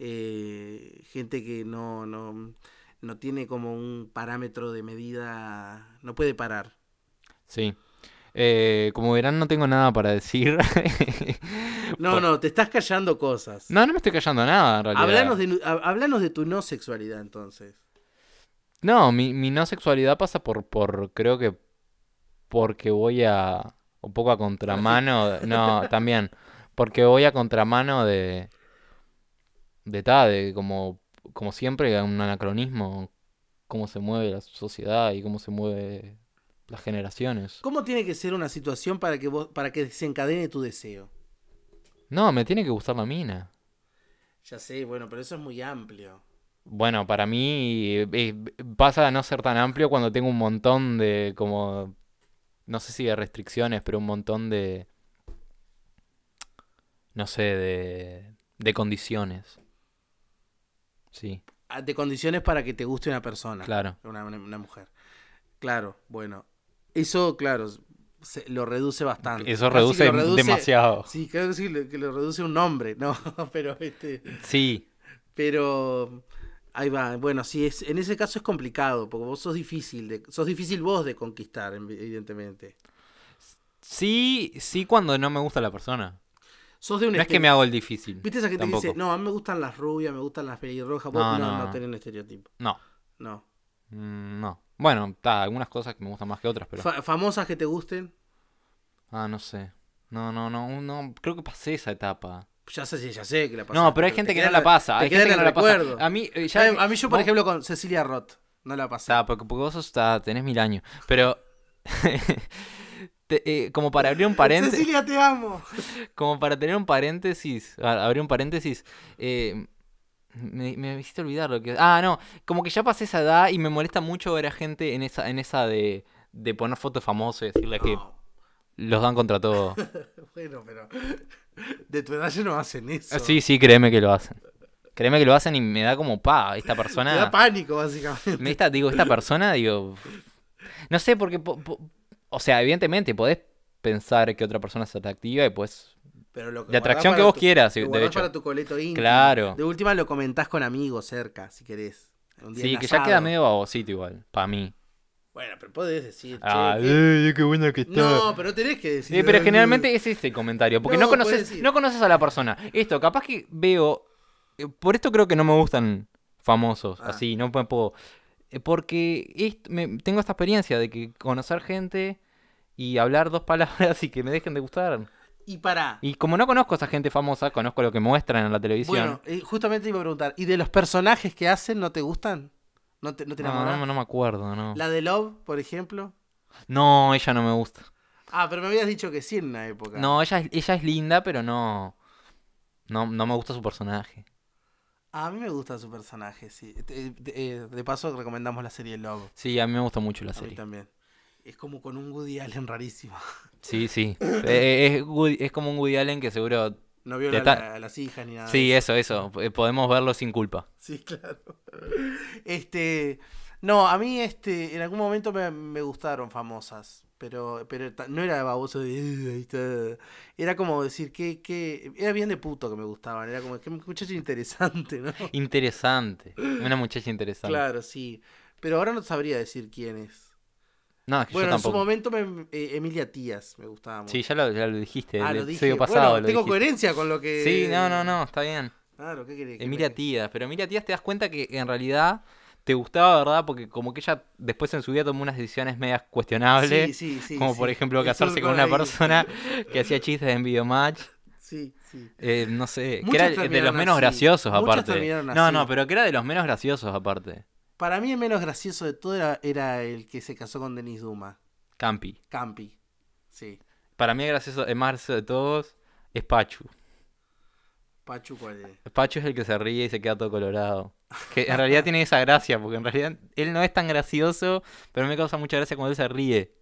Speaker 1: Eh, gente que no, no, no tiene como un parámetro de medida, no puede parar.
Speaker 2: Sí. Eh, como verán, no tengo nada para decir.
Speaker 1: No, no, te estás callando cosas.
Speaker 2: No, no me estoy callando nada, en realidad.
Speaker 1: Hablanos de, nu- hab- hablanos de tu no sexualidad entonces.
Speaker 2: No, mi, mi no sexualidad pasa por, por, creo que, porque voy a, un poco a contramano, no, también, porque voy a contramano de, de ta, de como, como siempre, un anacronismo, cómo se mueve la sociedad y cómo se mueve las generaciones.
Speaker 1: ¿Cómo tiene que ser una situación para que vos, para que desencadene tu deseo?
Speaker 2: No, me tiene que gustar la mina.
Speaker 1: Ya sé, bueno, pero eso es muy amplio.
Speaker 2: Bueno, para mí eh, pasa a no ser tan amplio cuando tengo un montón de, como, no sé si de restricciones, pero un montón de, no sé, de, de condiciones. Sí,
Speaker 1: Ah, De condiciones para que te guste una persona.
Speaker 2: claro.
Speaker 1: Una, una- una mujer. Claro, bueno. Eso, claro, se- lo reduce bastante.
Speaker 2: Eso
Speaker 1: Casi que
Speaker 2: reduce,
Speaker 1: lo reduce-
Speaker 2: demasiado.
Speaker 1: Sí, creo que sí, lo- que lo reduce un nombre, ¿no? Pero, este,
Speaker 2: Sí,
Speaker 1: pero ahí va. Bueno, sí, es, en ese caso es complicado, porque vos sos difícil, de, sos difícil vos de conquistar, envi- evidentemente.
Speaker 2: sí, sí cuando no me gusta la persona.
Speaker 1: Sos de un
Speaker 2: No es que me
Speaker 1: estere-
Speaker 2: hago el difícil.
Speaker 1: Este, ¿Viste esa gente que dice,
Speaker 2: tampoco.
Speaker 1: no, a mí me gustan las rubias, me gustan las pelirrojas? Vos no,
Speaker 2: No,
Speaker 1: no,
Speaker 2: no.
Speaker 1: tenés un estereotipo.
Speaker 2: No,
Speaker 1: No.
Speaker 2: mm, no. Bueno, ta, algunas cosas que me gustan más que otras, pero...
Speaker 1: Fa- ¿Famosas que te gusten?
Speaker 2: Ah, no sé. No, no, no, no, creo que pasé esa etapa.
Speaker 1: Ya sé, ya sé que la pasaste.
Speaker 2: No, pero hay
Speaker 1: te
Speaker 2: gente que
Speaker 1: queda
Speaker 2: no
Speaker 1: en
Speaker 2: la
Speaker 1: el-
Speaker 2: pasa.
Speaker 1: te
Speaker 2: Hay
Speaker 1: queda
Speaker 2: gente
Speaker 1: en
Speaker 2: que no
Speaker 1: el
Speaker 2: la
Speaker 1: recuerdo.
Speaker 2: pasa. A mí, eh, ya
Speaker 1: Ya, a mí yo, por
Speaker 2: vos-
Speaker 1: ejemplo, con Cecilia Roth no la pasé.
Speaker 2: Está, porque, porque vos sos- está, tenés mil años. Pero. te- eh, como para abrir un paréntesis.
Speaker 1: Cecilia, te amo.
Speaker 2: Como para tener un paréntesis. a- Abrir un paréntesis. eh, me, me hiciste olvidar lo que. Ah, no. Como que ya pasé esa edad y me molesta mucho ver a gente en esa, en esa de, de poner fotos famosas y decirle que
Speaker 1: No,
Speaker 2: los dan contra todo.
Speaker 1: bueno, pero de tu edad ya no hacen eso.
Speaker 2: sí, sí, créeme que lo hacen. Créeme que lo hacen y me da como pa, esta
Speaker 1: Te
Speaker 2: persona.
Speaker 1: da pánico, básicamente.
Speaker 2: Me esta, digo, esta persona, digo. No sé, porque. po- po- o sea, evidentemente podés pensar que otra persona es atractiva y pues.
Speaker 1: Pero lo
Speaker 2: La
Speaker 1: guardás
Speaker 2: atracción
Speaker 1: para
Speaker 2: que vos
Speaker 1: tu-
Speaker 2: quieras,
Speaker 1: lo
Speaker 2: de
Speaker 1: guardás
Speaker 2: hecho.
Speaker 1: para tu coleto íntimo.
Speaker 2: Claro.
Speaker 1: De última lo comentás con amigos cerca, si querés. Un día
Speaker 2: Sí,
Speaker 1: en
Speaker 2: que ya
Speaker 1: asado.
Speaker 2: queda medio babosito igual, para mí.
Speaker 1: Bueno, pero podés decir. che,
Speaker 2: Ah,
Speaker 1: ¿qué?
Speaker 2: eh, qué buena que está.
Speaker 1: No, pero tenés que decir.
Speaker 2: Sí, Eh, pero generalmente es este el comentario, porque no,
Speaker 1: No, puedes
Speaker 2: conoces
Speaker 1: decir.
Speaker 2: no conoces a la persona. Esto, capaz que veo. eh, Por esto creo que no me gustan famosos,
Speaker 1: Ah.
Speaker 2: así, no me puedo. eh, Porque est- me- tengo esta experiencia de que conocer gente y hablar dos palabras y que me dejen de gustar.
Speaker 1: Y pará.
Speaker 2: Y como no conozco a esa gente famosa, conozco lo que muestran en la televisión.
Speaker 1: Bueno, eh, justamente te iba a preguntar. ¿Y de los personajes que hacen no te gustan? ¿No te, no te
Speaker 2: no,
Speaker 1: enamorás?
Speaker 2: no, no me acuerdo, no.
Speaker 1: La de Love, por ejemplo.
Speaker 2: No, ella no me gusta.
Speaker 1: Ah, pero me habías dicho que sí en una época.
Speaker 2: No, ella, es- ella es linda, pero no, no. No me gusta su personaje.
Speaker 1: Ah, A mí me gusta su personaje, sí. Te- te- eh, de paso, recomendamos la serie Love.
Speaker 2: Sí, a mí me gusta mucho la
Speaker 1: A mí
Speaker 2: serie.
Speaker 1: también. Es como con un Woody Allen rarísimo.
Speaker 2: Sí, sí. Eh, es, Woody- es como un Woody Allen que seguro.
Speaker 1: No viola
Speaker 2: Ya está.
Speaker 1: a, la- a las hijas ni nada. de
Speaker 2: Sí, eso, eso. Eh, Podemos verlo sin culpa.
Speaker 1: Sí, claro. Este, no, a mí este, en algún momento me, me gustaron famosas, pero, pero ta- no era baboso de... "Eh, ahí está". Era como decir que, que... Era bien de puto que me gustaban, era como que muchacho interesante, ¿no?
Speaker 2: Interesante. Una muchacha interesante.
Speaker 1: Claro, sí. Pero ahora no sabría decir quién es.
Speaker 2: No, es que
Speaker 1: Bueno,
Speaker 2: yo
Speaker 1: en su
Speaker 2: tampoco.
Speaker 1: momento me- eh, Emilia Tías me gustaba mucho.
Speaker 2: Sí, ya lo, ya lo dijiste.
Speaker 1: ah,
Speaker 2: el
Speaker 1: lo dije.
Speaker 2: episodio pasado
Speaker 1: Bueno,
Speaker 2: lo
Speaker 1: tengo
Speaker 2: dijiste.
Speaker 1: coherencia con lo que...
Speaker 2: Sí, no, no, no, está bien.
Speaker 1: Claro, ¿qué querés? que
Speaker 2: Emilia
Speaker 1: me-
Speaker 2: Tías, pero Emilia Tías te das cuenta que en realidad te gustaba, ¿verdad? Porque como que ella después en su vida tomó unas decisiones medias cuestionables.
Speaker 1: Sí, sí, sí,
Speaker 2: como
Speaker 1: sí.
Speaker 2: por ejemplo
Speaker 1: Estuve
Speaker 2: casarse con una
Speaker 1: ahí.
Speaker 2: persona que hacía chistes en videomatch.
Speaker 1: Sí, sí.
Speaker 2: Eh, no sé, que
Speaker 1: Muchas
Speaker 2: era el- de los
Speaker 1: terminaron
Speaker 2: menos
Speaker 1: así.
Speaker 2: graciosos
Speaker 1: Muchas
Speaker 2: aparte.
Speaker 1: terminaron
Speaker 2: No,
Speaker 1: así.
Speaker 2: no, pero que era de los menos graciosos aparte.
Speaker 1: Para mí el menos gracioso de todo era, era el que se casó con Denis Duma,
Speaker 2: Campi.
Speaker 1: Campi. Sí.
Speaker 2: Para mí el gracioso, el más gracioso de todos es Pachu.
Speaker 1: Pachu, ¿cuál es?
Speaker 2: Pacho es el que se ríe y se queda todo colorado. Que en realidad tiene esa gracia, porque en realidad él no es tan gracioso, pero me causa mucha gracia cuando él se ríe.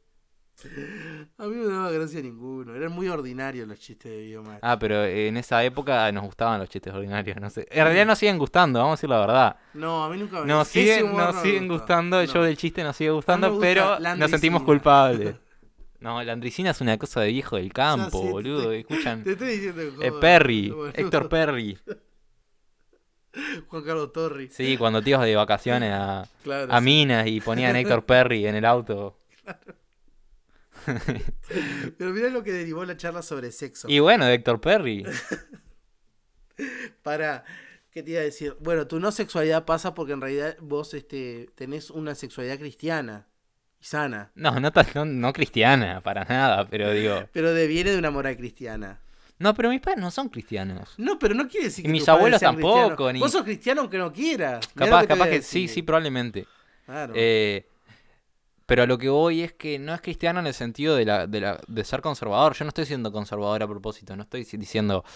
Speaker 1: A mí no me daba gracia ninguno. Eran muy ordinarios los chistes de Biomatch.
Speaker 2: Ah, pero en esa época nos gustaban los chistes ordinarios, no sé. En realidad nos siguen gustando, vamos a decir la verdad.
Speaker 1: No, a mí nunca me
Speaker 2: Nos
Speaker 1: ese
Speaker 2: siguen,
Speaker 1: humor
Speaker 2: nos
Speaker 1: no me
Speaker 2: siguen
Speaker 1: gusta.
Speaker 2: gustando, el
Speaker 1: No.
Speaker 2: show del chiste nos sigue
Speaker 1: No
Speaker 2: gustando,
Speaker 1: me gusta
Speaker 2: pero
Speaker 1: la
Speaker 2: nos sentimos
Speaker 1: andricina.
Speaker 2: culpables. No, la andricina es una cosa de viejo del campo,
Speaker 1: sí, te-
Speaker 2: boludo. Escuchan.
Speaker 1: Te estoy diciendo que
Speaker 2: eh,
Speaker 1: joder,
Speaker 2: Perry,
Speaker 1: boludo.
Speaker 2: Héctor Perry.
Speaker 1: Juan Carlos Torri.
Speaker 2: Sí, cuando te ibas de vacaciones a,
Speaker 1: claro.
Speaker 2: a
Speaker 1: sí.
Speaker 2: Minas y ponían Héctor Perry en el auto.
Speaker 1: Pero mirá lo que derivó la charla sobre sexo.
Speaker 2: Y bueno, de Héctor Perry.
Speaker 1: Para, ¿qué te iba a decir? Bueno, tu no sexualidad pasa porque en realidad vos este, tenés una sexualidad cristiana y sana,
Speaker 2: No, no, tan- no, no cristiana, para nada, pero digo.
Speaker 1: pero deviene de una moral cristiana.
Speaker 2: No, pero mis padres no son cristianos.
Speaker 1: No, pero no quiere decir
Speaker 2: Y
Speaker 1: que
Speaker 2: mis
Speaker 1: tus padres
Speaker 2: abuelos
Speaker 1: sean cristianos.
Speaker 2: tampoco, ni-
Speaker 1: Vos sos cristiano aunque no quieras. Mirá
Speaker 2: Capaz,
Speaker 1: lo te voy
Speaker 2: capaz
Speaker 1: a
Speaker 2: que sí,
Speaker 1: decir.
Speaker 2: sí, probablemente.
Speaker 1: Claro.
Speaker 2: Eh, pero a lo que voy es que no es cristiano en el sentido de, la, de, la- de ser conservador. Yo no estoy siendo conservador a propósito, no estoy si- diciendo.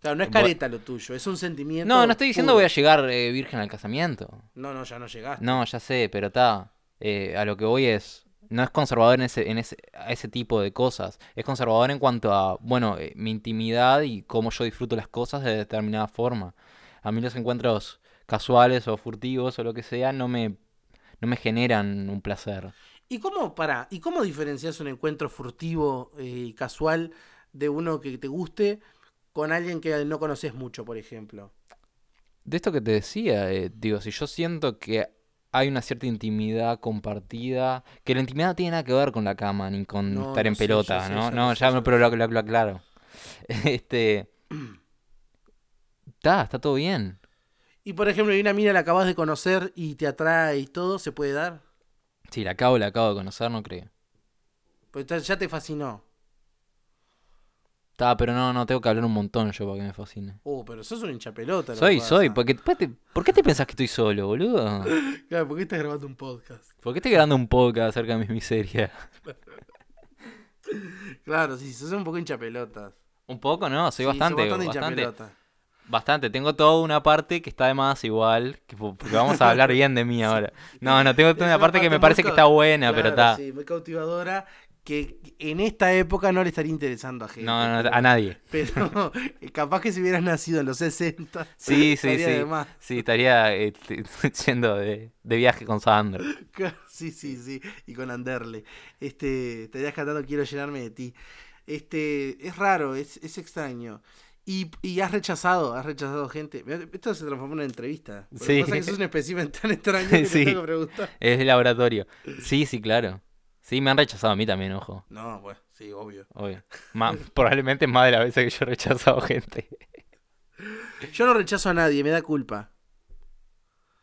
Speaker 1: Claro, no es
Speaker 2: bu-
Speaker 1: careta lo tuyo, es un sentimiento.
Speaker 2: No, no estoy diciendo
Speaker 1: puro.
Speaker 2: voy a llegar eh, virgen al casamiento.
Speaker 1: No, no, ya no llegaste.
Speaker 2: No, ya sé, pero está. eh, a lo que voy es. No es conservador en ese, en ese, a ese tipo de cosas. Es conservador en cuanto a, bueno, eh, mi intimidad y cómo yo disfruto las cosas de determinada forma. A mí los encuentros casuales o furtivos o lo que sea no me, no me generan un placer.
Speaker 1: ¿Y cómo, para, ¿y cómo diferencias un encuentro furtivo eh, y casual de uno que te guste con alguien que no conoces mucho, por ejemplo?
Speaker 2: De esto que te decía, eh, digo, si yo siento que hay una cierta intimidad compartida, que la intimidad no tiene nada que ver con la cama ni con
Speaker 1: No,
Speaker 2: estar
Speaker 1: no
Speaker 2: en
Speaker 1: sé, ya
Speaker 2: pelota,
Speaker 1: sé,
Speaker 2: ¿no?
Speaker 1: ya
Speaker 2: no,
Speaker 1: lo sé,
Speaker 2: ya
Speaker 1: ya
Speaker 2: me
Speaker 1: lo
Speaker 2: pero lo, lo- lo aclaro. Este. Está, está todo bien.
Speaker 1: Y por ejemplo, hay una mina la acabas de conocer y te atrae y todo, ¿se puede dar?
Speaker 2: Si la acabo, la acabo de conocer, no creo.
Speaker 1: Pues ya- ya te fascinó.
Speaker 2: Está, pero no, no, tengo que hablar un montón yo para que me fascine.
Speaker 1: Uh, pero sos un hinchapelota. lo que
Speaker 2: Soy,
Speaker 1: pasa.
Speaker 2: soy, porque después te- ¿por qué te pensás que estoy solo, boludo?
Speaker 1: Claro, ¿por qué estás grabando un podcast?
Speaker 2: ¿Por qué estoy grabando un podcast acerca de mis miserias?
Speaker 1: Claro, sí, sos un poco hinchapelotas.
Speaker 2: Un poco, no,
Speaker 1: Sí,
Speaker 2: soy
Speaker 1: sos
Speaker 2: bastante, bastante,
Speaker 1: hinchapelota.
Speaker 2: Bastante, tengo toda una parte que está de más igual, que po- porque vamos a hablar bien de mí ahora. No, no, tengo toda
Speaker 1: Es
Speaker 2: una parte que
Speaker 1: muy
Speaker 2: me parece que
Speaker 1: cau-
Speaker 2: está buena, pero
Speaker 1: claro,
Speaker 2: está...
Speaker 1: Sí, muy cautivadora, que en esta época no le estaría interesando a gente.
Speaker 2: No, no,
Speaker 1: pero-
Speaker 2: a nadie.
Speaker 1: Pero capaz que si hubieras nacido en los 60.
Speaker 2: Sí, sí,
Speaker 1: estaría
Speaker 2: sí.
Speaker 1: de más.
Speaker 2: Sí, estaría eh, t- yendo de, de viaje con Sandro.
Speaker 1: Sí, sí, sí. Y con Anderle. Este, estarías cantando Quiero llenarme de ti. Este, es raro, es, es extraño. Y, y has rechazado, has rechazado gente. Mirá, Esto se transformó en una entrevista. Lo que
Speaker 2: Sí.
Speaker 1: pasa es que sos un espécimen tan extraño que te
Speaker 2: Sí.
Speaker 1: tengo que preguntar.
Speaker 2: Es de laboratorio. Sí, sí, claro. Sí, me han rechazado a mí también, ojo.
Speaker 1: No, pues, sí, obvio.
Speaker 2: Obvio. Más- probablemente más de la veces que yo he rechazado gente.
Speaker 1: Yo no rechazo a nadie, me da culpa.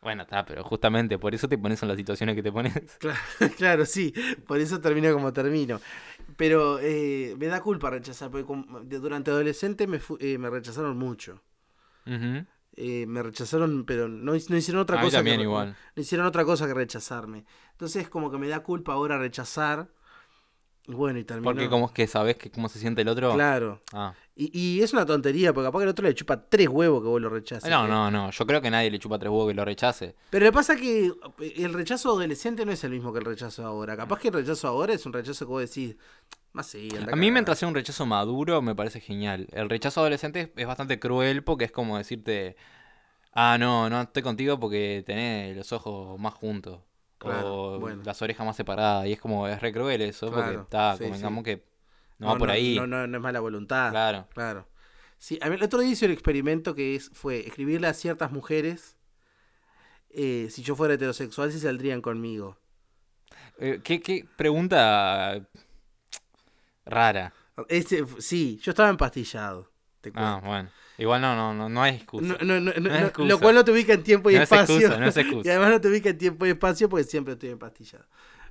Speaker 2: Bueno, está, pero justamente por eso te pones en las situaciones que te pones.
Speaker 1: Claro, claro, sí, por eso termino como termino. Pero eh, me da culpa rechazar, porque como- de- durante adolescente me, fu- eh, me rechazaron mucho.
Speaker 2: Ujú.
Speaker 1: Eh, me rechazaron, pero no, hi- no hicieron otra
Speaker 2: A mí
Speaker 1: cosa. que
Speaker 2: también
Speaker 1: re-
Speaker 2: igual.
Speaker 1: No hicieron otra cosa que rechazarme. Entonces como que me da culpa ahora rechazar. Y bueno, y termino.
Speaker 2: Porque como es que sabes que cómo se siente el otro.
Speaker 1: Claro.
Speaker 2: Ah.
Speaker 1: Y, y es una tontería, porque capaz que el otro le chupa tres huevos que vos lo rechaces.
Speaker 2: No,
Speaker 1: ¿eh?
Speaker 2: no, no. Yo creo que nadie le chupa tres huevos que lo rechace.
Speaker 1: Pero le pasa que el rechazo adolescente no es el mismo que el rechazo ahora. Capaz que el rechazo ahora es un rechazo que vos decís, más sí, anda
Speaker 2: A mí
Speaker 1: cagada".
Speaker 2: mientras sea un rechazo maduro me parece genial. El rechazo adolescente es, es bastante cruel porque es como decirte, ah, no, no estoy contigo porque tenés los ojos más juntos.
Speaker 1: Claro,
Speaker 2: o
Speaker 1: bueno.
Speaker 2: las orejas más separadas. Y es como, es re cruel eso
Speaker 1: Claro,
Speaker 2: porque está,
Speaker 1: sí,
Speaker 2: convengamos que no,
Speaker 1: No,
Speaker 2: va por
Speaker 1: no,
Speaker 2: ahí.
Speaker 1: No, no, no es mala voluntad. Claro.
Speaker 2: Claro.
Speaker 1: Sí, a mí el otro día hice el experimento que es, fue escribirle a ciertas mujeres eh, si yo fuera heterosexual si saldrían conmigo.
Speaker 2: Eh, ¿qué, qué pregunta rara?
Speaker 1: Este, Ese, sí, yo estaba empastillado. Te cuento.
Speaker 2: Ah, bueno. Igual no, no, no, no hay excusa.
Speaker 1: No- no- no- no-
Speaker 2: es
Speaker 1: no-
Speaker 2: excusa.
Speaker 1: lo cual no te ubica en tiempo y
Speaker 2: No es
Speaker 1: espacio.
Speaker 2: excusa, no es excusa.
Speaker 1: Y además no te ubica en tiempo y espacio porque siempre estoy empastillado.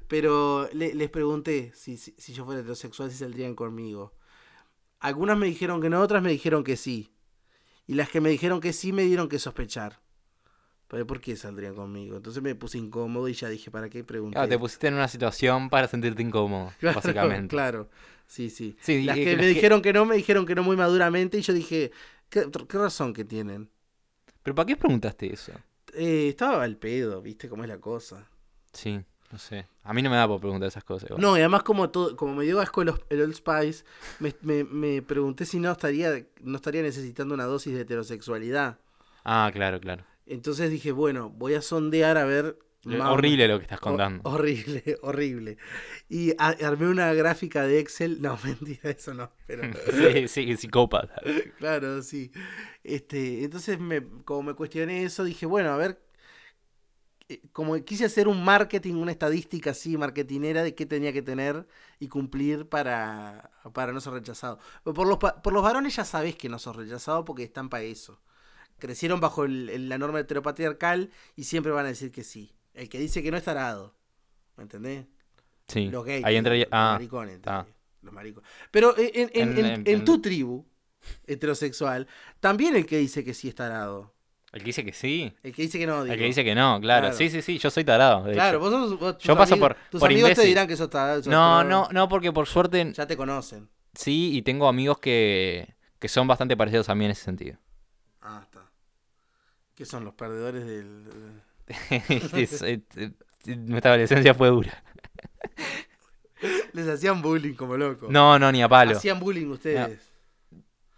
Speaker 1: Pero le- les pregunté si, si, si yo fuera heterosexual si saldrían conmigo. Algunas me dijeron que no, otras me dijeron que sí. Y las que me dijeron que sí me dieron que sospechar. Pero ¿por qué saldrían conmigo? Entonces me puse incómodo y ya dije, ¿para qué pregunté?
Speaker 2: Claro, Ah, te pusiste en una situación para sentirte incómodo,
Speaker 1: Claro,
Speaker 2: básicamente.
Speaker 1: Claro, sí, sí.
Speaker 2: Sí, y-
Speaker 1: las
Speaker 2: y
Speaker 1: que
Speaker 2: las
Speaker 1: me
Speaker 2: que-
Speaker 1: dijeron que no, me dijeron que no muy maduramente y yo dije, ¿qué, qué razón que tienen?
Speaker 2: Pero ¿para qué preguntaste eso?
Speaker 1: Eh, estaba al pedo, viste cómo es la cosa.
Speaker 2: Sí, no sé. A mí no me da por preguntar esas cosas. igual.
Speaker 1: No, y además como todo, como me dio asco el, os- el Old Spice, me, me- me pregunté si no estaría, no estaría necesitando una dosis de heterosexualidad.
Speaker 2: Ah, claro, claro.
Speaker 1: Entonces dije, bueno, voy a sondear a ver. más-
Speaker 2: Eh, Horrible lo que estás
Speaker 1: ho-
Speaker 2: contando.
Speaker 1: horrible, horrible. Y a- armé una gráfica de Excel. No, mentira, eso no. Pero
Speaker 2: sí, sí, psicópata.
Speaker 1: claro, sí. Este, entonces, me, como me cuestioné eso, dije, bueno, a ver, eh, como quise hacer un marketing, una estadística así, marketinera de qué tenía que tener y cumplir para, para no ser rechazado. Pero Por los, pa- por los varones ya sabés que no sos rechazado porque están para eso. Crecieron bajo el- el- la norma heteropatriarcal y siempre van a decir que sí. El que dice que no es tarado. ¿Me entendés?
Speaker 2: Sí.
Speaker 1: Los gays.
Speaker 2: Ahí
Speaker 1: te
Speaker 2: entra.
Speaker 1: digo, Los
Speaker 2: Ah,
Speaker 1: maricones. te
Speaker 2: ah.
Speaker 1: digo, Los maricones. Pero en, en-
Speaker 2: En-
Speaker 1: en-
Speaker 2: en-
Speaker 1: en
Speaker 2: en-
Speaker 1: tu tribu heterosexual, también el que dice que sí es tarado.
Speaker 2: el que dice que sí.
Speaker 1: El que dice que no, digo.
Speaker 2: El que dice que no, claro.
Speaker 1: Claro.
Speaker 2: Sí, sí, sí. Yo soy tarado. de
Speaker 1: Claro,
Speaker 2: hecho.
Speaker 1: vos sos- vos- tus
Speaker 2: Yo paso
Speaker 1: amigos-
Speaker 2: por-
Speaker 1: Tus
Speaker 2: por
Speaker 1: amigos te
Speaker 2: imbécil.
Speaker 1: dirán que sos tarado. sos
Speaker 2: No,
Speaker 1: tarado.
Speaker 2: no, no, porque por suerte
Speaker 1: Ya te conocen.
Speaker 2: sí, y tengo amigos que, que son bastante parecidos a mí en ese sentido.
Speaker 1: Ah, está. ¿Qué son los perdedores del...?
Speaker 2: Es- es- Nuestra adolescencia fue dura.
Speaker 1: Les hacían bullying como loco.
Speaker 2: No, no, ni a palo.
Speaker 1: Hacían bullying ustedes.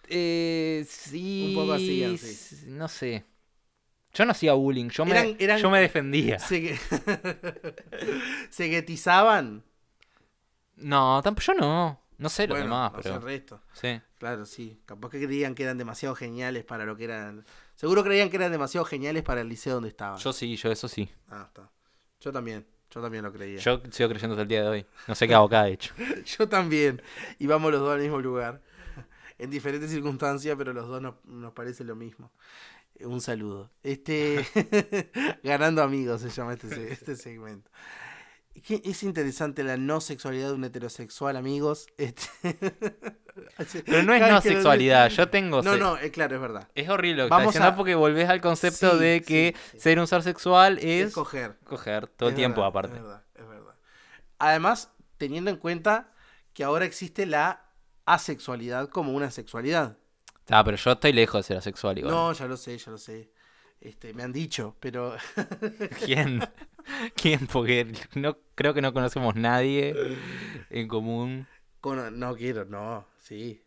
Speaker 2: Eh, sí.
Speaker 1: Un poco hacían, sí.
Speaker 2: s- No sé. Yo no hacía bullying, yo,
Speaker 1: Eran-
Speaker 2: me,
Speaker 1: eran-
Speaker 2: yo me defendía.
Speaker 1: Se, que... se guetizaban.
Speaker 2: No, tampoco yo no. No sé lo
Speaker 1: bueno,
Speaker 2: demás,
Speaker 1: no sé
Speaker 2: pero.
Speaker 1: el resto.
Speaker 2: Sí.
Speaker 1: Claro, sí. Capaz que creían que eran demasiado geniales para lo que eran. Seguro creían que eran demasiado geniales para el liceo donde estaban.
Speaker 2: Yo sí, yo eso sí.
Speaker 1: Ah, está. Yo también. Yo también lo creía.
Speaker 2: Yo sigo creyendo hasta el día de hoy. No sé qué hago acá, de hecho.
Speaker 1: Yo también. Y vamos los dos al mismo lugar. En diferentes circunstancias, pero los dos nos, nos parece lo mismo. Eh, Un saludo. Este. Ganando amigos se llama este, se- este segmento. Es que Es interesante la no sexualidad de un heterosexual, amigos. Este...
Speaker 2: Pero no es
Speaker 1: Cada
Speaker 2: no
Speaker 1: vez que lo-
Speaker 2: sexualidad, yo tengo.
Speaker 1: No,
Speaker 2: se-
Speaker 1: no, eh, claro, es verdad.
Speaker 2: Es horrible lo que estás
Speaker 1: Vamos
Speaker 2: diciendo
Speaker 1: a-
Speaker 2: porque volvés al concepto
Speaker 1: Sí,
Speaker 2: de que
Speaker 1: sí, sí.
Speaker 2: ser un ser sexual es,
Speaker 1: Es coger.
Speaker 2: coger todo el
Speaker 1: Es
Speaker 2: tiempo,
Speaker 1: verdad,
Speaker 2: aparte.
Speaker 1: Es verdad, es verdad. Además, teniendo en cuenta que ahora existe la asexualidad como una sexualidad.
Speaker 2: Ah, pero yo estoy lejos de ser asexual igual.
Speaker 1: No, ya lo sé, ya lo sé. Este, me han dicho, pero
Speaker 2: ¿Quién? ¿Quién? Porque no, creo que no conocemos nadie en común
Speaker 1: con- no quiero, no, sí.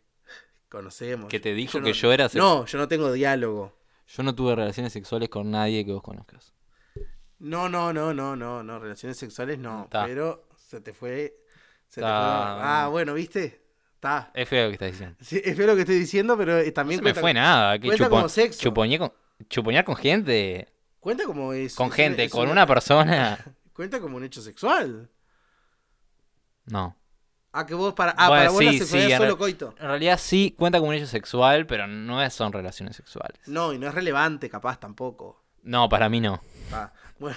Speaker 1: Conocemos.
Speaker 2: que te dijo
Speaker 1: no-
Speaker 2: que yo era sexual.
Speaker 1: No, yo no tengo diálogo.
Speaker 2: Yo no tuve relaciones sexuales con nadie que vos conozcas.
Speaker 1: No, no, no, no, no, no, relaciones sexuales no,
Speaker 2: Ta.
Speaker 1: pero se te fue se te
Speaker 2: Ta.
Speaker 1: fueron- Ah, bueno, ¿viste? Está.
Speaker 2: Es feo lo que estás diciendo.
Speaker 1: Sí, es feo lo que estoy diciendo, pero eh,
Speaker 2: No
Speaker 1: también
Speaker 2: se me
Speaker 1: cuenta-
Speaker 2: fue nada. Que
Speaker 1: cuenta
Speaker 2: chupo-
Speaker 1: como sexo.
Speaker 2: chupoñé con, chupoñar con gente.
Speaker 1: Cuenta como es.
Speaker 2: Con
Speaker 1: es una-
Speaker 2: gente,
Speaker 1: es
Speaker 2: con una persona.
Speaker 1: Cuenta como un hecho sexual.
Speaker 2: No.
Speaker 1: Ah, que vos para. Ah,
Speaker 2: Bueno,
Speaker 1: para vos la
Speaker 2: sí, sí,
Speaker 1: sexualidad es
Speaker 2: en re-
Speaker 1: solo coito.
Speaker 2: En realidad sí cuenta como un hecho sexual, pero no es- son relaciones sexuales.
Speaker 1: No, y no es relevante, capaz tampoco.
Speaker 2: No, para mí no.
Speaker 1: Ah, bueno,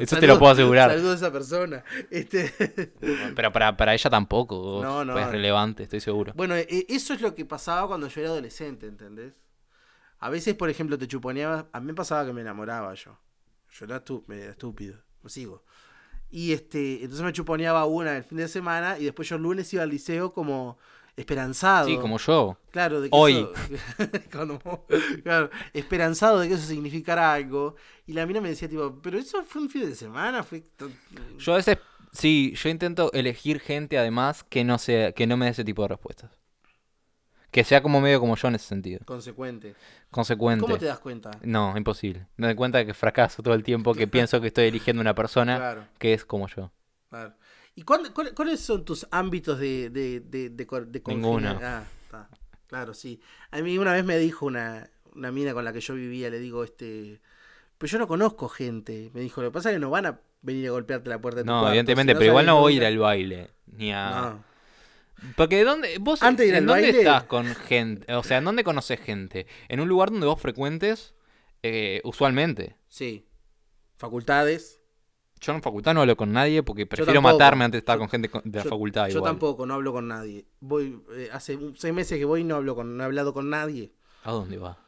Speaker 2: Eso te lo puedo asegurar.
Speaker 1: Saludos a esa persona. Este,
Speaker 2: Pero para, para ella tampoco.
Speaker 1: No, no.
Speaker 2: Es relevante, estoy seguro.
Speaker 1: bueno, e- eso es lo que pasaba cuando yo era adolescente, ¿entendés? A veces, por ejemplo, te chuponeabas. A mí me pasaba que me enamoraba yo. Yo era tú, medio estúpido. Lo sigo. Y este, entonces me chuponeaba una el fin de semana y después yo el lunes iba al liceo como esperanzado.
Speaker 2: Sí, como yo.
Speaker 1: Claro, de que
Speaker 2: Hoy.
Speaker 1: eso- cuando- claro, esperanzado de que eso significara algo. Y la mina me decía, tipo, pero eso fue un fin de semana, fue... to-
Speaker 2: Yo a veces, sí, yo intento elegir gente además que no sea, que no me dé ese tipo de respuestas. Que sea como medio como yo en ese sentido.
Speaker 1: Consecuente.
Speaker 2: Consecuente.
Speaker 1: ¿Cómo te das cuenta?
Speaker 2: No, imposible. Me doy cuenta que fracaso todo el tiempo, que pienso que estoy eligiendo una persona
Speaker 1: Claro,
Speaker 2: que es como yo.
Speaker 1: claro. ¿Y cuál- cuál- cuáles son tus ámbitos de, de, de, de, cor- de congenia-
Speaker 2: Ninguno.
Speaker 1: Ah, está. Claro, sí. A mí una vez me dijo una, una mina con la que yo vivía, le digo, este... Pero yo no conozco gente. Me dijo, lo que pasa es que no van a venir a golpearte la puerta de tu
Speaker 2: No,
Speaker 1: cuarto,
Speaker 2: evidentemente,
Speaker 1: si
Speaker 2: pero igual
Speaker 1: sales
Speaker 2: no voy a ir
Speaker 1: nunca".
Speaker 2: al baile. Ni a.
Speaker 1: No.
Speaker 2: Porque ¿dónde, vos
Speaker 1: Antes de ir
Speaker 2: ¿en
Speaker 1: al
Speaker 2: dónde
Speaker 1: baile-
Speaker 2: estás con gente? O sea, ¿en dónde conoces gente? ¿En un lugar donde vos frecuentes? Eh, usualmente.
Speaker 1: Sí. Facultades.
Speaker 2: Yo en facultad no hablo con nadie porque prefiero
Speaker 1: tampoco.
Speaker 2: matarme antes de estar
Speaker 1: Yo-
Speaker 2: con gente con- de la
Speaker 1: yo,
Speaker 2: facultad
Speaker 1: Yo
Speaker 2: igual.
Speaker 1: tampoco, no hablo con nadie. Voy, eh, hace un- seis meses que voy y no hablo con, no he hablado con nadie.
Speaker 2: ¿A dónde va?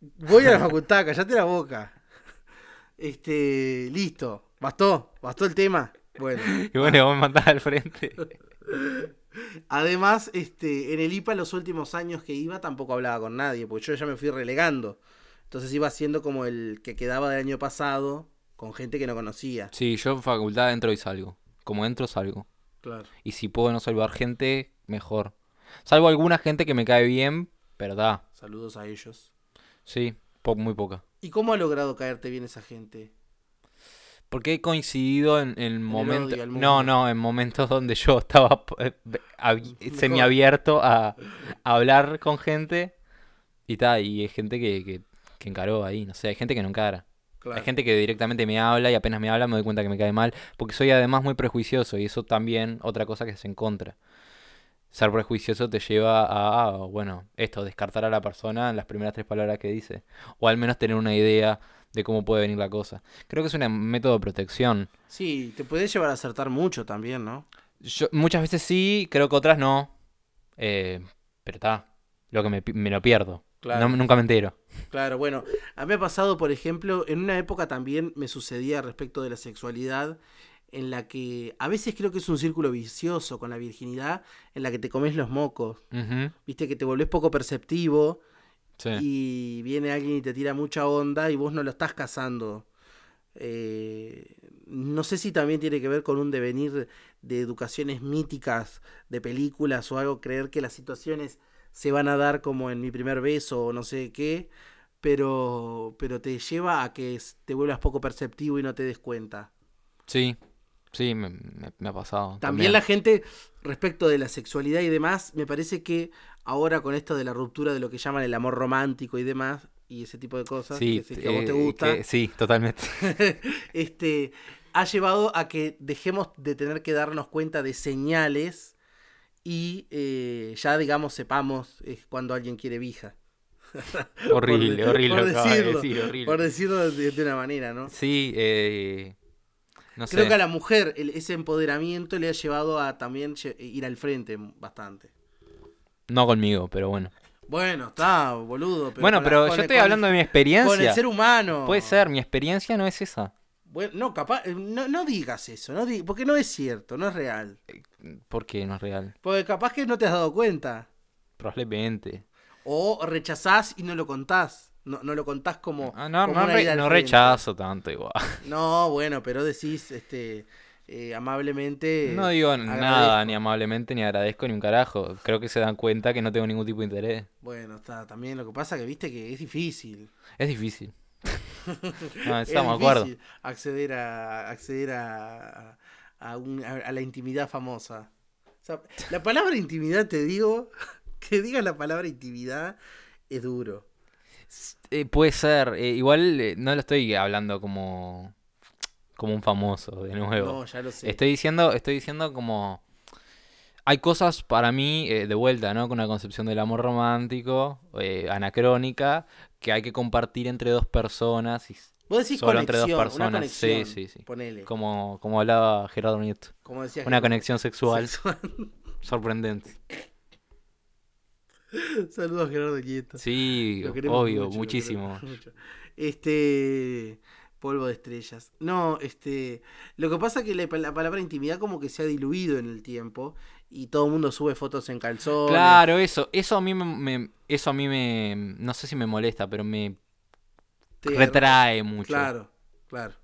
Speaker 1: Voy a la facultad, callate la boca. Este, listo. ¿Bastó? ¿Bastó el tema? Bueno.
Speaker 2: Y bueno, vos me matás al frente.
Speaker 1: Además, este, en el IPA los últimos años que iba tampoco hablaba con nadie, porque yo ya me fui relegando. Entonces iba siendo como el que quedaba del año pasado con gente que no conocía.
Speaker 2: Sí, yo en facultad entro y salgo. Como entro, salgo.
Speaker 1: Claro.
Speaker 2: Y si puedo no salvar gente, mejor. Salvo alguna gente que me cae bien, pero da.
Speaker 1: Saludos a ellos.
Speaker 2: Sí, po- muy poca.
Speaker 1: ¿Y cómo ha logrado caerte bien esa gente?
Speaker 2: Porque he coincidido en, en momentos.
Speaker 1: odio al mundo.
Speaker 2: No, no, en momentos donde yo estaba eh, abi-
Speaker 1: Mejor.
Speaker 2: semiabierto a, a hablar con gente. Y tal, y hay gente que, que, que encaró ahí. No sé, hay gente que no encara. Hay gente que directamente me habla y apenas me habla me doy cuenta que me cae mal, porque soy además muy prejuicioso y eso también otra cosa que es en contra. Ser prejuicioso te lleva a, ah, bueno, esto, descartar a la persona en las primeras tres palabras que dice, o al menos tener una idea de cómo puede venir la cosa. Creo que es un método de protección.
Speaker 1: Sí, te puedes llevar a acertar mucho también, ¿no?
Speaker 2: Yo, muchas veces sí, creo que otras no, Eh, pero está, lo que me, pi- me lo pierdo.
Speaker 1: Claro.
Speaker 2: No- nunca me entero.
Speaker 1: Claro, bueno, a mí me ha pasado, por ejemplo, en una época también me sucedía respecto de la sexualidad, en la que a veces creo que es un círculo vicioso con la virginidad, en la que te comes los mocos,
Speaker 2: Ujú,
Speaker 1: viste que te volvés poco perceptivo
Speaker 2: sí.
Speaker 1: y viene alguien y te tira mucha onda y vos no lo estás cazando. Eh, no sé si también tiene que ver con un devenir de educaciones míticas, de películas o algo, creer que las situaciones se van a dar como en mi primer beso o no sé qué, pero, pero te lleva a que s- te vuelvas poco perceptivo y no te des cuenta.
Speaker 2: Sí, sí, me, me- me ha pasado.
Speaker 1: También la gente, respecto de la sexualidad y demás, me parece que ahora con esto de la ruptura de lo que llaman el amor romántico y demás, y ese tipo de cosas
Speaker 2: Sí,
Speaker 1: que, sé que a vos te
Speaker 2: eh,
Speaker 1: gusta,
Speaker 2: que- sí, totalmente.
Speaker 1: este, ha llevado a que dejemos de tener que darnos cuenta de señales y eh, ya, digamos, sepamos eh, cuando alguien quiere vija.
Speaker 2: horrible,
Speaker 1: Por de-
Speaker 2: horrible
Speaker 1: por
Speaker 2: lo que acabas de
Speaker 1: decirlo,
Speaker 2: decir, horrible.
Speaker 1: Por decirlo de, de una manera, ¿no?
Speaker 2: Sí, eh, no
Speaker 1: Creo
Speaker 2: sé.
Speaker 1: que a la mujer el- ese empoderamiento le ha llevado a también lle- ir al frente bastante.
Speaker 2: No conmigo, pero bueno.
Speaker 1: Bueno, está, boludo. Pero
Speaker 2: bueno,
Speaker 1: con la-
Speaker 2: pero
Speaker 1: con
Speaker 2: yo
Speaker 1: el-
Speaker 2: estoy
Speaker 1: con-
Speaker 2: hablando de mi
Speaker 1: Con el
Speaker 2: experiencia.
Speaker 1: ser humano.
Speaker 2: Puede ser, mi experiencia no es esa.
Speaker 1: Bueno, no, capaz, eh, no, no digas eso, no di- porque no es cierto, no es real.
Speaker 2: Porque no es real.
Speaker 1: Porque capaz que no te has dado cuenta.
Speaker 2: Probablemente.
Speaker 1: O rechazás y no lo contás. No, no lo contás como.
Speaker 2: Ah, no,
Speaker 1: como
Speaker 2: no,
Speaker 1: una
Speaker 2: re-
Speaker 1: ida al
Speaker 2: no
Speaker 1: frente.
Speaker 2: rechazo tanto igual.
Speaker 1: No, bueno, pero decís este, eh, amablemente.
Speaker 2: No digo nada,
Speaker 1: agradezco.
Speaker 2: ni amablemente, ni agradezco, ni un carajo. Creo que se dan cuenta que no tengo ningún tipo de interés.
Speaker 1: Bueno, está, también lo que pasa que viste que es difícil.
Speaker 2: Es difícil. no,
Speaker 1: Es
Speaker 2: Ah, estamos de acuerdo.
Speaker 1: difícil acceder a acceder a, a, un- a- a la intimidad famosa. O sea, la palabra intimidad, te digo, que digas la palabra intimidad es duro.
Speaker 2: Eh, puede ser. eh, igual eh, no lo estoy hablando como, como un famoso, de nuevo.
Speaker 1: No, ya lo sé.
Speaker 2: Estoy diciendo, estoy diciendo como. Hay cosas para mí, eh, de vuelta, ¿no? Con una concepción del amor romántico, eh, anacrónica, que hay que compartir entre dos personas. y s-
Speaker 1: Vos decís
Speaker 2: solo entre
Speaker 1: conexión,
Speaker 2: dos
Speaker 1: una
Speaker 2: personas, sí,
Speaker 1: conexión,
Speaker 2: sí, sí.
Speaker 1: ponele,
Speaker 2: como, como hablaba Gerardo Nieto.
Speaker 1: como decía
Speaker 2: Una
Speaker 1: Jesús.
Speaker 2: conexión sexual sorprendente.
Speaker 1: Saludos a Gerardo Nieto.
Speaker 2: Sí,
Speaker 1: Lo queremos
Speaker 2: obvio,
Speaker 1: mucho, lo
Speaker 2: muchísimo.
Speaker 1: queremos mucho. Este. Polvo de estrellas. No, este. Lo que pasa es que la, la palabra intimidad como que se ha diluido en el tiempo y todo el mundo sube fotos en calzones.
Speaker 2: Claro, eso. Eso a mí me, me- Eso a mí me. No sé si me molesta, pero me
Speaker 1: te-
Speaker 2: retrae mucho.
Speaker 1: Claro, claro.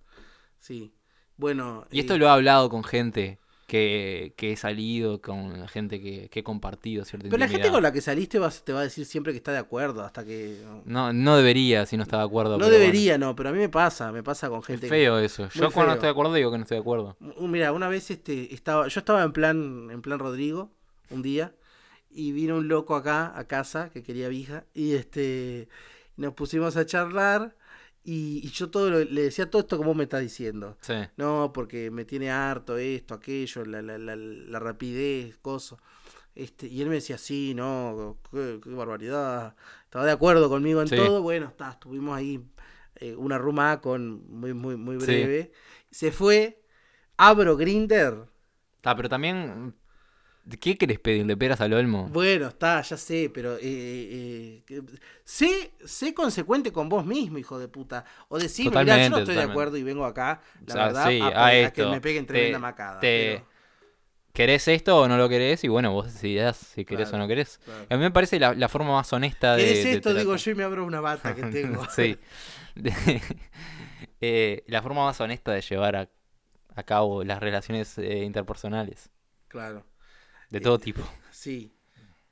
Speaker 1: Sí. Bueno.
Speaker 2: Y esto
Speaker 1: eh,
Speaker 2: lo he hablado con gente que, que he salido, con gente que, que he compartido, ¿cierto?
Speaker 1: Pero la gente con la que saliste vas- te va a decir siempre que está de acuerdo hasta que.
Speaker 2: No, no debería, si no está de acuerdo.
Speaker 1: No
Speaker 2: pero bueno.
Speaker 1: debería, no, pero a mí me pasa, me pasa con gente
Speaker 2: Es
Speaker 1: que-
Speaker 2: feo eso. Yo cuando
Speaker 1: feo.
Speaker 2: no estoy de acuerdo digo que no estoy de acuerdo.
Speaker 1: Un- Uh, Mira, una vez este, estaba, yo estaba en plan, en plan Rodrigo, un día, y vino un loco acá a casa que quería vija, y este, nos pusimos a charlar, Y, y yo todo lo- le decía todo esto como vos me estás diciendo.
Speaker 2: Sí,
Speaker 1: No, porque me tiene harto esto, aquello, la, la, la, la rapidez, cosas. Este, y él me decía, sí, no, qué, qué barbaridad. Estaba de acuerdo conmigo en
Speaker 2: Sí.
Speaker 1: todo. Bueno, está, estuvimos ahí eh, una ruma con muy, muy, muy
Speaker 2: Sí.
Speaker 1: breve. Se fue, abro Grinder.
Speaker 2: Ah, pero también. ¿Qué querés pedirle peras al olmo?
Speaker 1: Bueno, está, ya sé, pero eh, eh, que- sé, sé consecuente con vos mismo, hijo de puta. O decime, mirá, yo no
Speaker 2: Totalmente,
Speaker 1: estoy de
Speaker 2: totalmente.
Speaker 1: acuerdo y vengo acá, la
Speaker 2: O sea,
Speaker 1: verdad,
Speaker 2: Ah, sí,
Speaker 1: a,
Speaker 2: a
Speaker 1: pe- a que
Speaker 2: esto.
Speaker 1: me peguen
Speaker 2: Te-
Speaker 1: tremenda macada.
Speaker 2: te-
Speaker 1: pero,
Speaker 2: ¿Querés esto o no lo querés? Y bueno, vos decidás si querés
Speaker 1: Claro,
Speaker 2: o no querés.
Speaker 1: claro.
Speaker 2: A mí me parece la, la forma más honesta de.
Speaker 1: ¿Qué es
Speaker 2: de
Speaker 1: esto? Digo
Speaker 2: tratar.
Speaker 1: yo y me abro una bata que tengo.
Speaker 2: sí. De- eh, la forma más honesta de llevar a, a cabo las relaciones eh, interpersonales.
Speaker 1: Claro,
Speaker 2: De todo tipo.
Speaker 1: sí.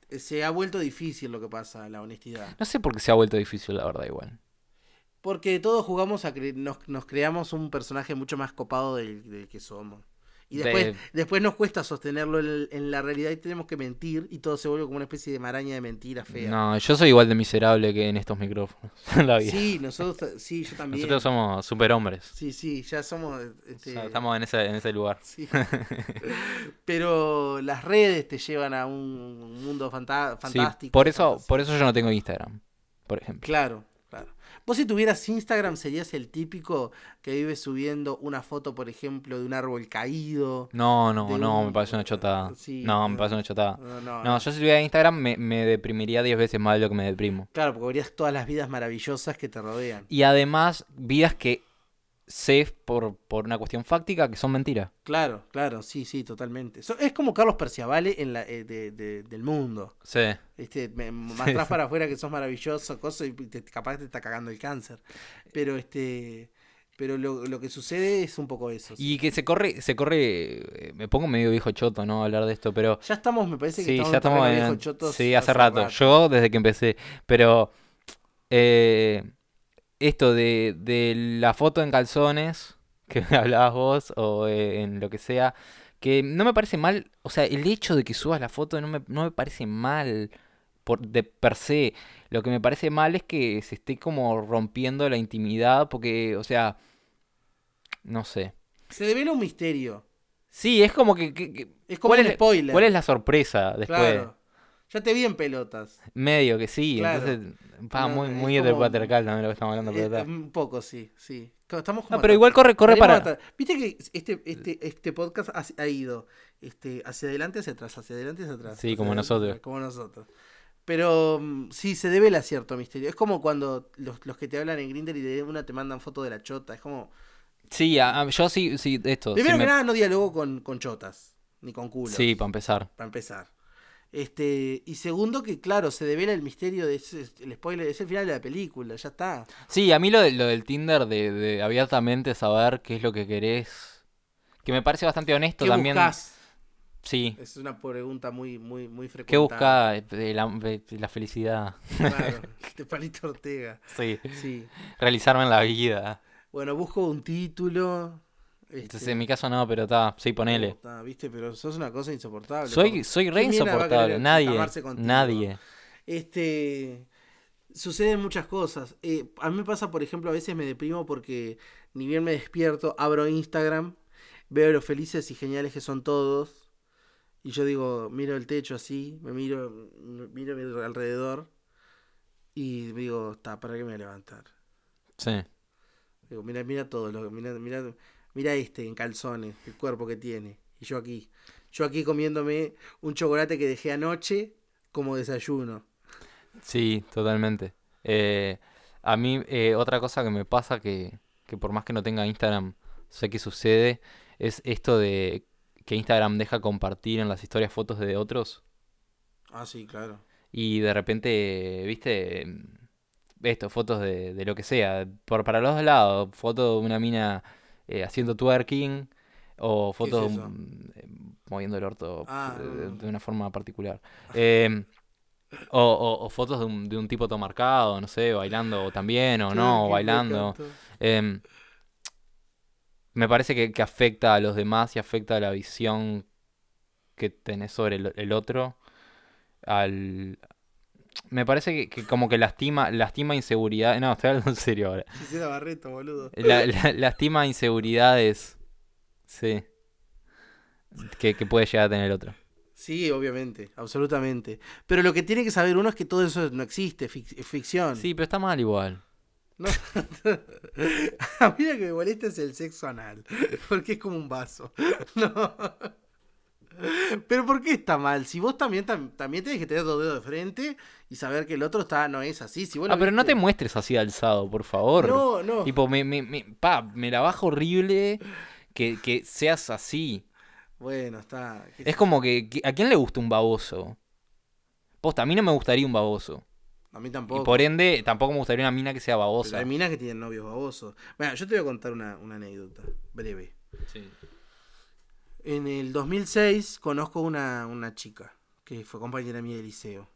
Speaker 1: Eh, Se ha vuelto difícil lo que pasa, la honestidad.
Speaker 2: No sé por qué se ha vuelto difícil, la verdad, igual.
Speaker 1: Porque todos jugamos a cre- nos, nos creamos un personaje mucho más copado del, del que somos. Y
Speaker 2: De-
Speaker 1: después, después nos cuesta sostenerlo en, en la realidad y tenemos que mentir y todo se vuelve como una especie de maraña de mentiras feas.
Speaker 2: No, yo soy igual de miserable que en estos micrófonos. la vida.
Speaker 1: Sí, nosotros, sí, yo también.
Speaker 2: Nosotros somos superhombres.
Speaker 1: Sí, sí, ya somos.
Speaker 2: O
Speaker 1: este,
Speaker 2: sea, estamos en ese, en ese lugar.
Speaker 1: sí. Pero las redes te llevan a un mundo fanta-
Speaker 2: Sí,
Speaker 1: fantástico.
Speaker 2: por eso,
Speaker 1: fantástico.
Speaker 2: por eso yo no tengo Instagram, por ejemplo.
Speaker 1: Claro, claro. Vos si tuvieras Instagram serías el típico que vive subiendo una foto, por ejemplo, de un árbol caído.
Speaker 2: No, no,
Speaker 1: De
Speaker 2: no,
Speaker 1: un-
Speaker 2: me parece una chotada.
Speaker 1: Sí,
Speaker 2: no, me
Speaker 1: no.
Speaker 2: parece una chotada.
Speaker 1: No, no,
Speaker 2: No,
Speaker 1: no.
Speaker 2: yo si tuviera Instagram me, me deprimiría 10 veces más de lo que me deprimo.
Speaker 1: Claro, porque verías todas las vidas maravillosas que te rodean.
Speaker 2: Y además, vidas que sé por, por una cuestión fáctica que son mentiras.
Speaker 1: Claro, claro, sí, sí, totalmente. So- es como Carlos Perciavale en la, eh, de- de- del mundo.
Speaker 2: Sí.
Speaker 1: Este, me, más atrás para afuera que sos maravilloso, cosa, y te- capaz te está cagando el cáncer. Pero este pero lo, lo que sucede es un poco eso. sí.
Speaker 2: Y que se corre, se corre, eh, me pongo medio viejo choto, ¿no? Hablar de esto, pero...
Speaker 1: Ya estamos, me parece que
Speaker 2: Sí,
Speaker 1: estamos
Speaker 2: ya
Speaker 1: en terreno
Speaker 2: estamos
Speaker 1: viejo
Speaker 2: en...
Speaker 1: chotos
Speaker 2: Sí, hace rato. Yo desde que empecé. Pero... eh, esto de, de la foto en calzones, que hablabas vos, o eh, en lo que sea, que no me parece mal, o sea, el hecho de que subas la foto no me, no me parece mal por, de per se. Lo que me parece mal es que se esté como rompiendo la intimidad, porque, o sea, no sé.
Speaker 1: Se devela un misterio.
Speaker 2: Sí, es como que... que- que-
Speaker 1: Es como
Speaker 2: ¿cuál
Speaker 1: un
Speaker 2: es la-
Speaker 1: spoiler.
Speaker 2: ¿Cuál es la sorpresa después?
Speaker 1: Claro. Ya te vi en pelotas.
Speaker 2: Medio que sí,
Speaker 1: Claro.
Speaker 2: entonces va
Speaker 1: No,
Speaker 2: muy,
Speaker 1: es
Speaker 2: muy
Speaker 1: como-
Speaker 2: heteropatriarcal también lo que estamos hablando.
Speaker 1: Eh,
Speaker 2: pero está.
Speaker 1: un poco, sí, sí. Co- Estamos como
Speaker 2: No, pero
Speaker 1: atra-
Speaker 2: igual corre, corre
Speaker 1: Queremos
Speaker 2: para.
Speaker 1: atra- Viste que este, este, este podcast ha, ha ido este, hacia adelante, hacia atrás, hacia adelante, hacia atrás.
Speaker 2: Sí,
Speaker 1: hacia
Speaker 2: como
Speaker 1: adelante, hacia
Speaker 2: nosotros.
Speaker 1: atrás, Como nosotros. Pero mm, sí, se devela cierto misterio. Es como cuando los, los que te hablan en Grindr y de una te mandan foto de la chota. Es como.
Speaker 2: Sí, a- a- yo sí, sí, esto. sí
Speaker 1: Primero
Speaker 2: me-
Speaker 1: que nada, no dialogo con, con chotas, ni con culos.
Speaker 2: Sí, para empezar.
Speaker 1: Para empezar. Este, y segundo, que claro, se devela el misterio de ese- el spoiler, es el final de la película, ya está.
Speaker 2: Sí, a mí lo, de- lo del Tinder de, de abiertamente saber qué es lo que querés. Que me parece bastante honesto
Speaker 1: ¿Qué
Speaker 2: también.
Speaker 1: buscas?
Speaker 2: Sí.
Speaker 1: Es una pregunta muy, muy, muy frecuente.
Speaker 2: ¿Qué busca eh, la, eh, la felicidad?
Speaker 1: Claro, de Palito Ortega.
Speaker 2: Sí.
Speaker 1: Sí.
Speaker 2: Realizarme en la vida.
Speaker 1: Bueno, busco un título. este,
Speaker 2: Entonces, en mi caso no, pero está. Sí, ponele.
Speaker 1: puta, ¿Viste? Pero sos una cosa insoportable.
Speaker 2: Soy,
Speaker 1: Jorge.
Speaker 2: soy re
Speaker 1: ¿Quién mierda va a
Speaker 2: insoportable.
Speaker 1: querer
Speaker 2: Nadie.
Speaker 1: amarse contigo?
Speaker 2: Nadie.
Speaker 1: Este. Suceden muchas cosas. Eh, a mí me pasa, por ejemplo, a veces me deprimo porque ni bien me despierto, abro Instagram, veo lo felices y geniales que son todos. Y yo digo, miro el techo así, me miro, me miro a mi alrededor y digo, está, ¿para qué me voy a levantar?
Speaker 2: Sí.
Speaker 1: Digo, mira, mira todo, lo, mira, mira, mira este en calzones, el cuerpo que tiene. Y yo aquí, yo aquí comiéndome un chocolate que dejé anoche como desayuno.
Speaker 2: Sí, totalmente. Eh, a mí, eh, otra cosa que me pasa que, que por más que no tenga Instagram, sé que sucede, es esto de que Instagram deja compartir en las historias fotos de otros
Speaker 1: Ah, sí, claro.
Speaker 2: y de repente, viste, em, esto, fotos de, de lo que sea, por, para los dos lados, foto de una mina eh, haciendo twerking
Speaker 1: ¿Qué
Speaker 2: o
Speaker 1: es
Speaker 2: fotos
Speaker 1: eso?
Speaker 2: mm, eh, moviendo el orto
Speaker 1: Ah,
Speaker 2: eh,
Speaker 1: no,
Speaker 2: de,
Speaker 1: no.
Speaker 2: una forma particular. Eh, o, o- o fotos de un, de un tipo todo marcado, no sé, bailando o también o no, o bailando. Em, me parece que, que afecta a los demás y afecta a la visión que tenés sobre el, el otro, al, me parece que, que como que lastima, lastima inseguridad. No, estoy hablando en serio ahora.
Speaker 1: Quisiera Barreto, boludo.
Speaker 2: La- la- lastima inseguridades. Sí. Que, que puede llegar a tener otro.
Speaker 1: Sí, obviamente, absolutamente. Pero lo que tiene que saber uno es que todo eso no existe, fic- es ficción.
Speaker 2: Sí, pero está mal igual.
Speaker 1: No- a mí lo que me molesta es el sexo anal, porque es como un vaso. No. Pero ¿por qué está mal? Si vos también tam- también tenés que tener dos dedos de frente y saber que el otro está no es así. Si vos lo
Speaker 2: ah, pero no te
Speaker 1: viste-
Speaker 2: muestres así alzado, por favor.
Speaker 1: No, no.
Speaker 2: Tipo, me, me, me- pa, me la bajo horrible que, que seas así.
Speaker 1: Bueno, está. qué sé
Speaker 2: Es como que, que- ¿a quién le gusta un baboso? Posta, a mí no me gustaría un baboso.
Speaker 1: yo. A mí tampoco.
Speaker 2: Y por ende, tampoco me gustaría una mina que sea
Speaker 1: Pero
Speaker 2: babosa.
Speaker 1: hay minas que tienen novios babosos. Bueno, yo te voy a contar una, una anécdota breve.
Speaker 2: Sí.
Speaker 1: En el 2006 conozco una, una chica que fue compañera mía de liceo.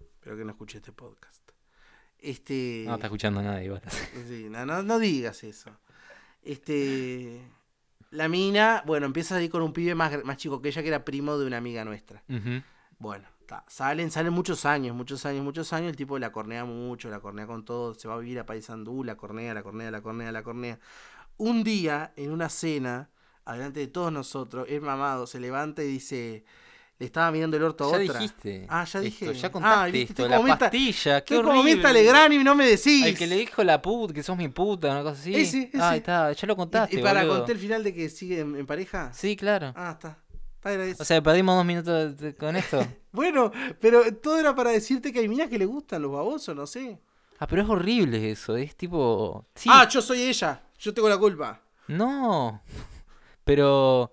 Speaker 1: Espero que no escuche este podcast. Este.
Speaker 2: No está escuchando a nadie, igual.
Speaker 1: Sí, no, no- no digas eso. Este. La mina, bueno, empieza a ir con un pibe más, gr- más chico que ella, que era primo de una amiga nuestra.
Speaker 2: Ujú.
Speaker 1: Bueno, ta, salen, salen muchos años, muchos años, muchos años. El tipo la cornea mucho, la cornea con todo. Se va a vivir a Paysandú, la cornea, la cornea, la cornea, la cornea. Un día, en una cena, adelante de todos nosotros, el mamado se levanta y dice: Le estaba mirando el orto a
Speaker 2: Ya
Speaker 1: otra.
Speaker 2: dijiste.
Speaker 1: Ah, ya
Speaker 2: esto,
Speaker 1: dije.
Speaker 2: Ya
Speaker 1: Ah,
Speaker 2: contaste
Speaker 1: viste,
Speaker 2: esto.
Speaker 1: estoy
Speaker 2: La
Speaker 1: como Mirta-
Speaker 2: pastilla, qué
Speaker 1: Estoy como
Speaker 2: horrible.
Speaker 1: Mirta Legrand y no me decís.
Speaker 2: Al que le dijo la puta, que sos mi puta, una cosa así.
Speaker 1: Ese, ese.
Speaker 2: Ah, está, ya lo contaste.
Speaker 1: eh, y, y para
Speaker 2: boludo.
Speaker 1: contar el final de que sigue en, en pareja.
Speaker 2: Sí, claro.
Speaker 1: Ah, está. Está, era eso.
Speaker 2: O sea, perdimos dos minutos de- con esto.
Speaker 1: bueno, pero todo era para decirte que hay minas que le gustan los babosos, no sé.
Speaker 2: Ah, pero es horrible eso, es tipo... Sí,
Speaker 1: Ah, yo soy ella. Yo tengo la culpa.
Speaker 2: no. Pero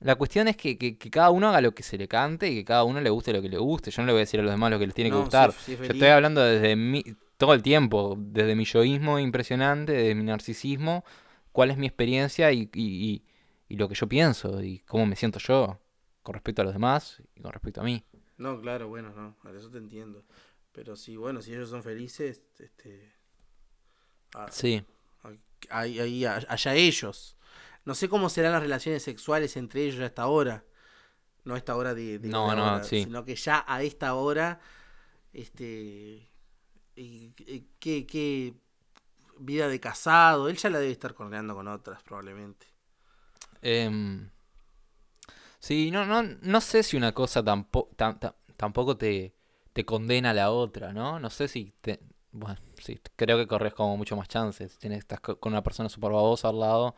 Speaker 2: la cuestión es que, que- que cada uno haga lo que se le cante y que cada uno le guste lo que le guste. Yo no le voy a decir a los demás lo que les tiene
Speaker 1: No,
Speaker 2: que gustar.
Speaker 1: sí, sí, es
Speaker 2: Yo
Speaker 1: feliz.
Speaker 2: estoy hablando desde mi, todo el tiempo, desde mi yoísmo impresionante, desde mi narcisismo, cuál es mi experiencia y, y- y- y lo que yo pienso y cómo me siento yo con respecto a los demás y con respecto a mí.
Speaker 1: No, claro, bueno, no. Para eso te entiendo. Pero sí, bueno, si ellos son felices, este. ah,
Speaker 2: Sí.
Speaker 1: ahí- ahí- allá ellos. No sé cómo serán las relaciones sexuales entre ellos a esta hora. No a esta hora de, de
Speaker 2: No,
Speaker 1: una
Speaker 2: no,
Speaker 1: hora,
Speaker 2: sí.
Speaker 1: sino que ya a esta hora, este, y- y- qué, qué vida de casado. Él ya la debe estar corneando con otras, probablemente.
Speaker 2: Em, sí, no, no, no sé si una cosa tampo- tam- tam- tampoco te, te condena a la otra, ¿no? No sé si te- Bueno, sí, creo que corres como mucho más chances. Tienes, estás co- con una persona super babosa al lado,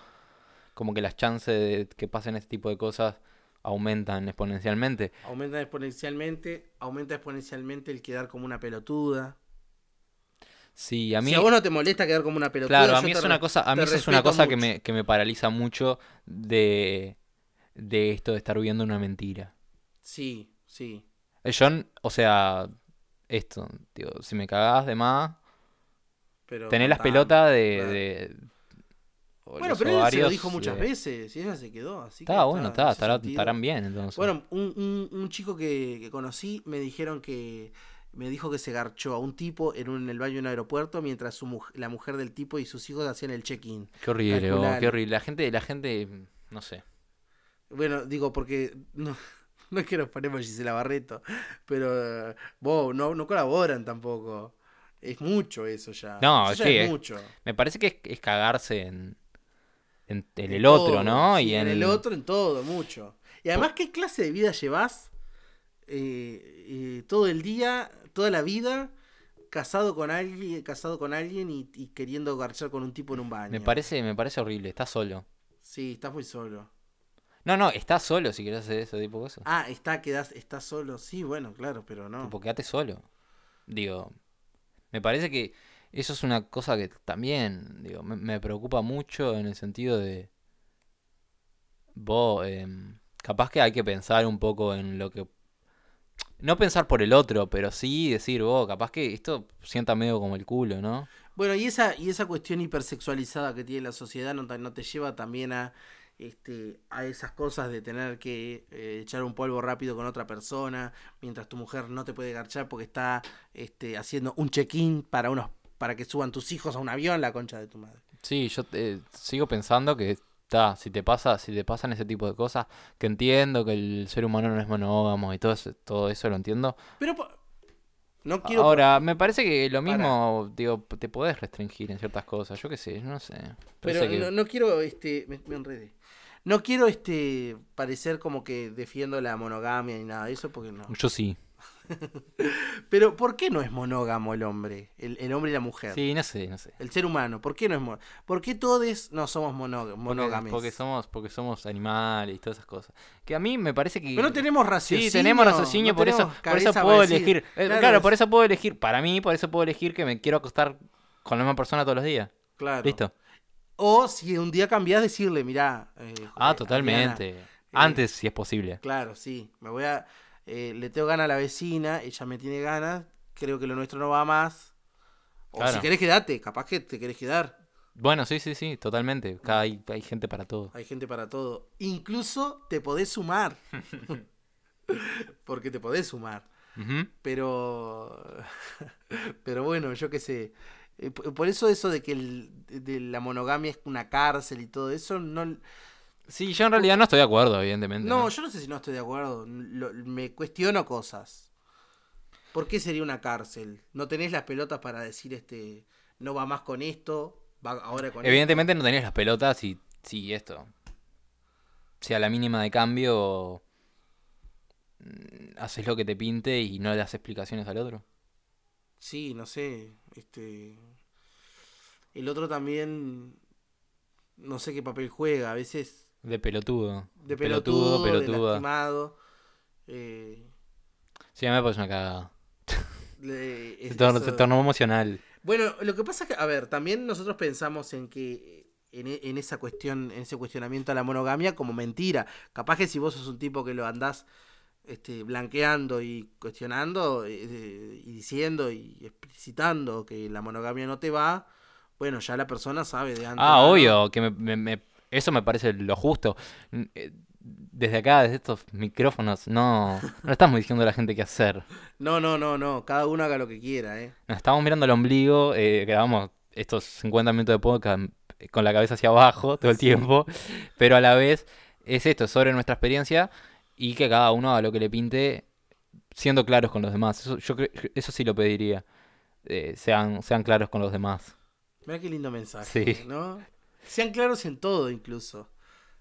Speaker 2: como que las chances de que pasen este tipo de cosas aumentan exponencialmente.
Speaker 1: Aumenta exponencialmente, aumenta exponencialmente el quedar como una pelotuda.
Speaker 2: Sí, a mí...
Speaker 1: si a vos no te molesta quedar como una pelotuda,
Speaker 2: Claro, a
Speaker 1: yo
Speaker 2: mí
Speaker 1: te
Speaker 2: es
Speaker 1: re-
Speaker 2: una cosa, a
Speaker 1: te
Speaker 2: mí eso es una
Speaker 1: respeto
Speaker 2: cosa que
Speaker 1: mucho.
Speaker 2: me, que me paraliza mucho de, de esto de estar viviendo una mentira.
Speaker 1: Sí, sí.
Speaker 2: Eh, Yo, n- o sea, esto, digo, si me cagás de más,
Speaker 1: Pero
Speaker 2: tenés
Speaker 1: no
Speaker 2: las
Speaker 1: tanto.
Speaker 2: pelotas de,
Speaker 1: claro.
Speaker 2: de- o
Speaker 1: Bueno,
Speaker 2: los
Speaker 1: pero él se lo
Speaker 2: ovarios
Speaker 1: dijo muchas
Speaker 2: de-
Speaker 1: veces y ella se quedó. Así que
Speaker 2: Está, bueno,
Speaker 1: en
Speaker 2: está,
Speaker 1: ese
Speaker 2: estará-
Speaker 1: sentido.
Speaker 2: estarán bien entonces.
Speaker 1: Bueno, un, un- un chico que, que conocí me dijeron que me dijo que se garchó a un tipo en, un, en el baño de un aeropuerto mientras su muj- la mujer del tipo y sus hijos hacían el check-in.
Speaker 2: qué horrible, oh,
Speaker 1: calculalo.
Speaker 2: qué horrible. La gente, la gente, no sé.
Speaker 1: Bueno, digo, porque no, no es que nos ponemos Gisela Barreto, pero eh, wow, no, no colaboran tampoco. Es mucho eso ya.
Speaker 2: No,
Speaker 1: Eso ya
Speaker 2: sí,
Speaker 1: es
Speaker 2: eh.
Speaker 1: mucho.
Speaker 2: Me parece que es, es cagarse en, en- en
Speaker 1: En
Speaker 2: el
Speaker 1: todo,
Speaker 2: otro, ¿no?
Speaker 1: sí,
Speaker 2: y
Speaker 1: en el otro, en todo, mucho. Y además, ¿qué clase de vida llevas eh, todo el día, toda la vida, casado con alguien, casado con alguien y, y queriendo garchar con un tipo en un baño?
Speaker 2: Me parece, me parece horrible, estás solo.
Speaker 1: Sí, estás muy solo.
Speaker 2: No, no, estás solo si querés hacer ese tipo de cosas.
Speaker 1: Ah, está, quedás, estás solo. Sí, bueno, claro, pero no.
Speaker 2: Tipo, quédate solo. Digo, me parece que eso es una cosa que también, digo, me, me preocupa mucho en el sentido de. Vos, em, capaz que hay que pensar un poco en lo que. No pensar por el otro, pero sí decir, vos, capaz que esto sienta medio como el culo, ¿no?
Speaker 1: Bueno, y esa, y esa cuestión hipersexualizada que tiene la sociedad no, ta- no te lleva también a, este, a esas cosas de tener que eh, echar un polvo rápido con otra persona, mientras tu mujer no te puede garchar porque está este, haciendo un check-in para unos para que suban tus hijos a un avión, la concha de tu madre.
Speaker 2: Sí, yo eh, sigo pensando que ta, si te pasa, si te pasan ese tipo de cosas, que entiendo que el ser humano no es monógamo y todo eso, todo eso lo entiendo.
Speaker 1: Pero po- No quiero.
Speaker 2: Ahora, me parece que lo
Speaker 1: Pará.
Speaker 2: mismo, digo, te podés restringir en ciertas cosas. Yo qué sé, yo no sé.
Speaker 1: pero
Speaker 2: Parece que-
Speaker 1: no, no quiero, este. Me, me enredé. No quiero este parecer como que defiendo la monogamia ni nada de eso, porque no.
Speaker 2: Yo sí.
Speaker 1: Pero, ¿por qué no es monógamo el hombre? El, el hombre y la mujer.
Speaker 2: Sí, no sé, no sé.
Speaker 1: El ser humano, ¿por qué no es monógamo? ¿Por qué todos no somos mono-
Speaker 2: Porque-
Speaker 1: monógames?
Speaker 2: Porque somos, porque somos animales y todas esas cosas. Que a mí me parece que.
Speaker 1: Pero no tenemos raciocinio.
Speaker 2: Sí, tenemos raciocinio,
Speaker 1: no
Speaker 2: por, eso,
Speaker 1: tenemos
Speaker 2: por eso
Speaker 1: cabeza para
Speaker 2: puedo
Speaker 1: decir,
Speaker 2: elegir. Eh, Claro, por eso puedo elegir. Para mí, por eso puedo elegir que me quiero acostar con la misma persona todos los días.
Speaker 1: claro.
Speaker 2: ¿Listo? Ah,
Speaker 1: O si un día cambiás, decirle, mirá. eh,
Speaker 2: Ah,
Speaker 1: eh,
Speaker 2: totalmente.
Speaker 1: Adriana,
Speaker 2: Antes, si es posible.
Speaker 1: claro, sí. Me voy a. eh, le tengo ganas a la vecina, ella me tiene ganas, creo que lo nuestro no va más. O
Speaker 2: Claro.
Speaker 1: si querés quedarte, capaz que te querés quedar.
Speaker 2: Bueno, sí, sí, sí, totalmente. Cada- hay, hay gente para todo.
Speaker 1: Hay gente para todo. Incluso te podés sumar. Porque te podés sumar.
Speaker 2: Ujú.
Speaker 1: Pero. Pero bueno, yo qué sé. Eh, p- Por eso eso de que el- de la monogamia es una cárcel y todo eso, no,
Speaker 2: Sí, yo en realidad no estoy de acuerdo, evidentemente.
Speaker 1: No, yo no sé si no estoy de acuerdo. Lo- me cuestiono cosas. ¿Por qué sería una cárcel? ¿No tenés las pelotas para decir este no va más con esto, va ahora con
Speaker 2: Evidentemente no tenías las pelotas y sí, esto. O sea, la mínima de cambio, mm, haces lo que te pinte y no le das explicaciones al otro.
Speaker 1: esto? Sí, no sé, este el otro también no sé qué papel juega, a veces
Speaker 2: De pelotudo.
Speaker 1: de pelotudo, de
Speaker 2: pelotuda.
Speaker 1: lastimado. eh,
Speaker 2: Sí, a mí me parece una cagada.
Speaker 1: le-
Speaker 2: Se
Speaker 1: es-
Speaker 2: tornó,
Speaker 1: eso-
Speaker 2: se tornó emocional.
Speaker 1: Bueno, lo que pasa es que, a ver, también nosotros pensamos en que en, e- en esa cuestión, en ese cuestionamiento a la monogamia como mentira. Capaz que si vos sos un tipo que lo andás este, blanqueando y cuestionando eh, eh, y diciendo y explicitando que la monogamia no te va, bueno, ya la persona sabe de antes.
Speaker 2: Ah, obvio, que me- me- me- eso me parece lo justo. Mm, eh, Desde acá, desde estos micrófonos, no, no estamos diciendo a la gente qué hacer.
Speaker 1: No, no, no, no. Cada uno haga lo que quiera, ¿eh?
Speaker 2: Nos estamos mirando el ombligo, eh, grabamos estos 50 minutos de podcast eh, con la cabeza hacia abajo todo el tiempo, pero a la vez es esto, sobre nuestra experiencia y que cada uno haga lo que le pinte, siendo claros con los demás. Eso, yo cre- eso sí lo pediría. Eh, sean, sean claros con los demás.
Speaker 1: Mira qué lindo mensaje,
Speaker 2: Sí.
Speaker 1: ¿no? Sean claros en todo, incluso.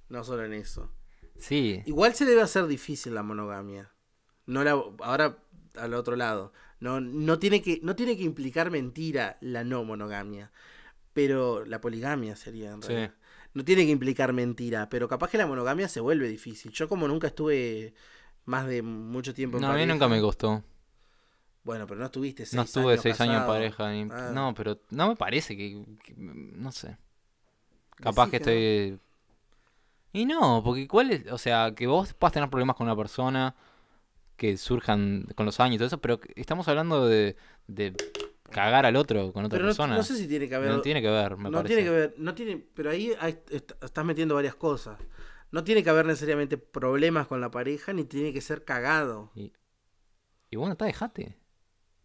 Speaker 1: No solo en eso.
Speaker 2: Sí,
Speaker 1: Igual se debe hacer difícil la monogamia. No la, ahora al otro lado. No, no, tiene que, no tiene que implicar mentira la no monogamia. Pero la poligamia sería en
Speaker 2: Sí.
Speaker 1: realidad. No tiene que implicar mentira, pero capaz que la monogamia se vuelve difícil. Yo como nunca estuve más de mucho tiempo en
Speaker 2: no, a mí
Speaker 1: pareja-
Speaker 2: nunca me costó.
Speaker 1: Bueno, pero no estuviste seis
Speaker 2: No estuve
Speaker 1: años
Speaker 2: seis años en
Speaker 1: casado.
Speaker 2: pareja. ni-
Speaker 1: Ah.
Speaker 2: No, pero no me parece que. que- no sé. Capaz que
Speaker 1: Decís que
Speaker 2: estoy. Y no, porque cuál es. O sea, que vos puedas tener problemas con una persona. Que surjan con los años y todo eso. Pero que- estamos hablando de. de cagar al otro con otra
Speaker 1: Pero no,
Speaker 2: persona.
Speaker 1: no sé si tiene que haber
Speaker 2: No tiene que ver, me
Speaker 1: no
Speaker 2: parece.
Speaker 1: tiene que ver, no tiene, pero ahí hay- est- estás metiendo varias cosas. No tiene que haber necesariamente problemas con la pareja, ni tiene que ser cagado.
Speaker 2: Y bueno, está, dejate.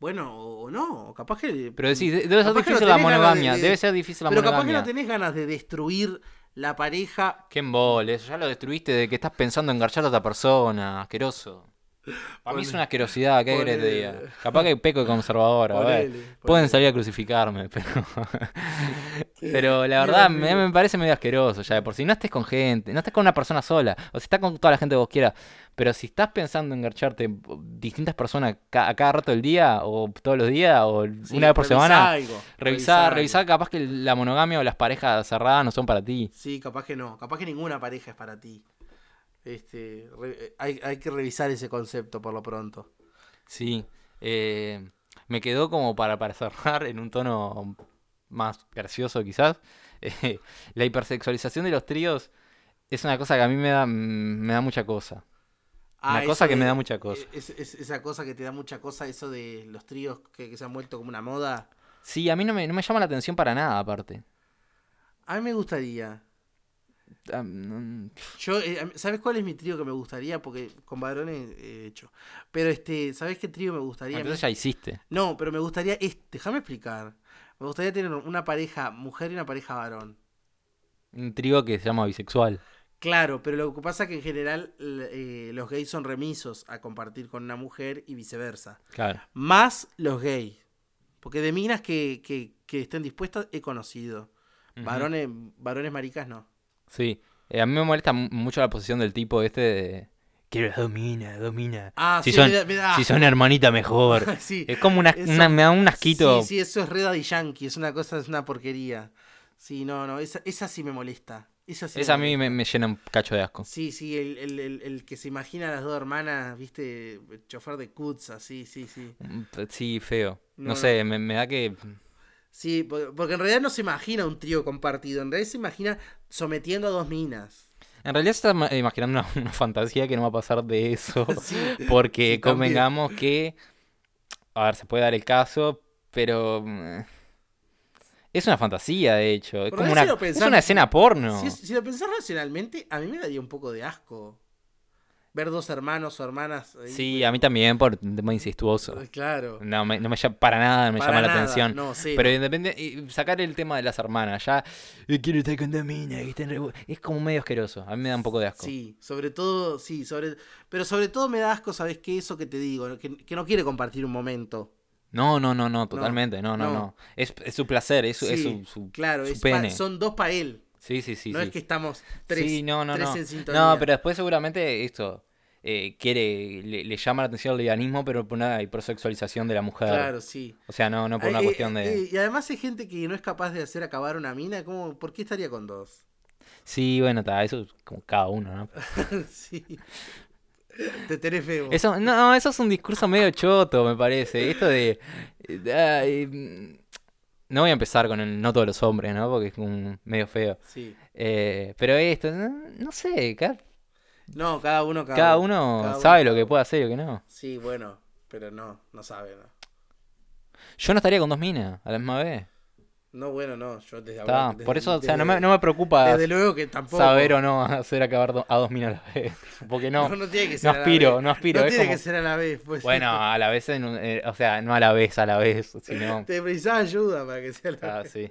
Speaker 1: Bueno, o, o no, o capaz que.
Speaker 2: Pero decís, de- debe
Speaker 1: Capaz que
Speaker 2: ser
Speaker 1: no
Speaker 2: difícil la
Speaker 1: tenés ganas de-
Speaker 2: monogamia.
Speaker 1: de-
Speaker 2: Debe ser difícil la
Speaker 1: pero capaz que
Speaker 2: monogamia.
Speaker 1: no tenés ganas de destruir la pareja.
Speaker 2: Qué embole, eso ya lo destruiste de que estás pensando en garchar a otra persona, asqueroso. Para mí es
Speaker 1: Ponele.
Speaker 2: una asquerosidad, ¿qué querés que te diga?
Speaker 1: Ponele.
Speaker 2: Capaz que peco de conservador, a ver.
Speaker 1: Ponele, ponele.
Speaker 2: Pueden salir a crucificarme, pero. pero la verdad me, me parece medio asqueroso ya de por si no estés con gente, no estés con una persona sola, o si estás con toda la gente que vos quieras, pero si estás pensando en garcharte distintas personas ca- a cada rato del día, o todos los días, o
Speaker 1: Sí,
Speaker 2: una vez por
Speaker 1: revisá
Speaker 2: semana,
Speaker 1: algo,
Speaker 2: revisar,
Speaker 1: algo.
Speaker 2: revisar, capaz que la monogamia o las parejas cerradas no son para ti.
Speaker 1: Sí, capaz que no. Capaz que ninguna pareja es para ti. Este, re- hay, hay que revisar ese concepto por lo pronto.
Speaker 2: Sí, eh, me quedó como para, para cerrar en un tono más gracioso quizás. eh, la hipersexualización de los tríos es una cosa que a mí me da, mm, me da mucha cosa. Una cosa
Speaker 1: Ah, eso
Speaker 2: que
Speaker 1: de-
Speaker 2: me da mucha cosa.
Speaker 1: es- es- esa cosa que te da mucha cosa, eso de los tríos que, que se han vuelto como una moda.
Speaker 2: Sí, a mí no me, no me llama la atención para nada aparte.
Speaker 1: A mí me gustaría.
Speaker 2: Ah, mm,
Speaker 1: Yo, eh, am- ¿sabes cuál es mi trío que me gustaría? Porque con varones he hecho. Pero este, ¿sabes qué trío me gustaría? a mí?
Speaker 2: Ah, Entonces ya hiciste.
Speaker 1: No, pero me gustaría este, déjame explicar. Me gustaría tener una pareja mujer y una pareja varón.
Speaker 2: Un trío que se llama bisexual.
Speaker 1: Claro, pero lo que pasa es que en general l- eh, los gays son remisos a compartir con una mujer y viceversa.
Speaker 2: Claro.
Speaker 1: Más los gays. Porque de minas que, que, que estén dispuestas he conocido.
Speaker 2: Ujú.
Speaker 1: varones, varones maricas no.
Speaker 2: Sí. Eh, a mí me molesta mu- mucho la posición del tipo este de... Quiero las dos minas, dos minas.
Speaker 1: Ah,
Speaker 2: Si
Speaker 1: sí,
Speaker 2: son-
Speaker 1: me da- me da
Speaker 2: Si
Speaker 1: asco.
Speaker 2: son hermanita mejor.
Speaker 1: Sí.
Speaker 2: Es como una,
Speaker 1: Eso-
Speaker 2: una- me da un asquito.
Speaker 1: Sí, sí, eso es Red Daddy Yankee, es una cosa, es una porquería. Sí, no, no, esa, esa sí me molesta. Esa, sí
Speaker 2: Esa a
Speaker 1: me
Speaker 2: mí
Speaker 1: molesta.
Speaker 2: me, me llena un cacho de asco.
Speaker 1: Sí, sí, el, el- el- el que se imagina a las dos hermanas, viste, el chofer de Kutza, sí, sí, sí.
Speaker 2: Mm, Sí, feo. No,
Speaker 1: No,
Speaker 2: sé, me, me da que...
Speaker 1: Sí, po- porque en realidad no se imagina un trío compartido, en realidad se imagina sometiendo a dos minas.
Speaker 2: En realidad se está ma- imaginando una, una fantasía que no va a pasar de eso.
Speaker 1: Sí,
Speaker 2: Porque
Speaker 1: Sí, también.
Speaker 2: convengamos que... A ver, se puede dar el caso, pero... mm, Es una fantasía, de hecho. Es
Speaker 1: Por
Speaker 2: como
Speaker 1: ahí
Speaker 2: una,
Speaker 1: si lo
Speaker 2: es
Speaker 1: pensás-
Speaker 2: una escena porno.
Speaker 1: si, es- si lo pensás racionalmente, a mí me daría un poco de asco ver dos hermanos o hermanas. ahí,
Speaker 2: Sí,
Speaker 1: pero-
Speaker 2: a mí también por un tema incestuoso.
Speaker 1: Claro.
Speaker 2: No me, no me llama, para nada me
Speaker 1: Para
Speaker 2: llama la
Speaker 1: nada,
Speaker 2: atención.
Speaker 1: No, sí,
Speaker 2: Pero depende, y sacar el tema de las hermanas, ya eh, quiero estar con Damina, que estén re bu- es como medio asqueroso, a mí me da un poco de asco.
Speaker 1: Sí, sobre todo, sí, sobre, pero sobre todo me da asco, ¿sabes qué? Eso que te digo, que, que no quiere compartir un momento.
Speaker 2: No, no, no, no, totalmente, no, no, no.
Speaker 1: no.
Speaker 2: Es, es su placer, es su... es
Speaker 1: Sí,
Speaker 2: su- su-
Speaker 1: claro,
Speaker 2: su
Speaker 1: es pa-
Speaker 2: pene.
Speaker 1: son dos para él.
Speaker 2: Sí, sí, sí.
Speaker 1: no
Speaker 2: sí.
Speaker 1: es que estamos tres,
Speaker 2: Sí, no, no,
Speaker 1: tres
Speaker 2: no.
Speaker 1: en sintonía.
Speaker 2: No, pero después seguramente esto eh, quiere, le, le llama la atención el veganismo, pero por una hipersexualización de la mujer.
Speaker 1: Claro, sí.
Speaker 2: O sea, no, no por una
Speaker 1: Ah, eh,
Speaker 2: cuestión de...
Speaker 1: eh, y además hay gente que no es capaz de hacer acabar una mina, ¿cómo, ¿por qué estaría con dos?
Speaker 2: Sí, bueno, ta, eso es como cada uno, ¿no?
Speaker 1: sí. Te tenés feo.
Speaker 2: Eso, no, eso es un discurso medio choto, me parece. Esto de. eh, ay, mm, no voy a empezar con el no todos los hombres, ¿no? Porque es un medio feo.
Speaker 1: Sí.
Speaker 2: Eh, pero esto, no, no sé, ca-
Speaker 1: No, cada uno, cada,
Speaker 2: cada, uno
Speaker 1: cada uno,
Speaker 2: sabe lo
Speaker 1: cada
Speaker 2: que
Speaker 1: uno.
Speaker 2: puede hacer y lo que no.
Speaker 1: Sí, bueno, pero no, no sabe, ¿no?
Speaker 2: Yo no estaría con dos minas a la misma vez.
Speaker 1: No, bueno, no, yo desde
Speaker 2: Ta,
Speaker 1: ahora-
Speaker 2: por
Speaker 1: desde-
Speaker 2: eso, o sea, no
Speaker 1: desde-
Speaker 2: me, no me preocupa
Speaker 1: Desde luego que tampoco.
Speaker 2: saber o no hacer acabar do- a dos minas a la vez. Porque no,
Speaker 1: No,
Speaker 2: no,
Speaker 1: no tiene que ser. a la
Speaker 2: aspiro,
Speaker 1: vez.
Speaker 2: no aspiro.
Speaker 1: No
Speaker 2: es
Speaker 1: tiene
Speaker 2: como,
Speaker 1: que ser a la vez. Pues.
Speaker 2: bueno, a la vez, en un- eh, o sea, no a la vez, a la vez, sino.
Speaker 1: Te precisás ayuda para que sea a la
Speaker 2: Ah,
Speaker 1: vez.
Speaker 2: sí.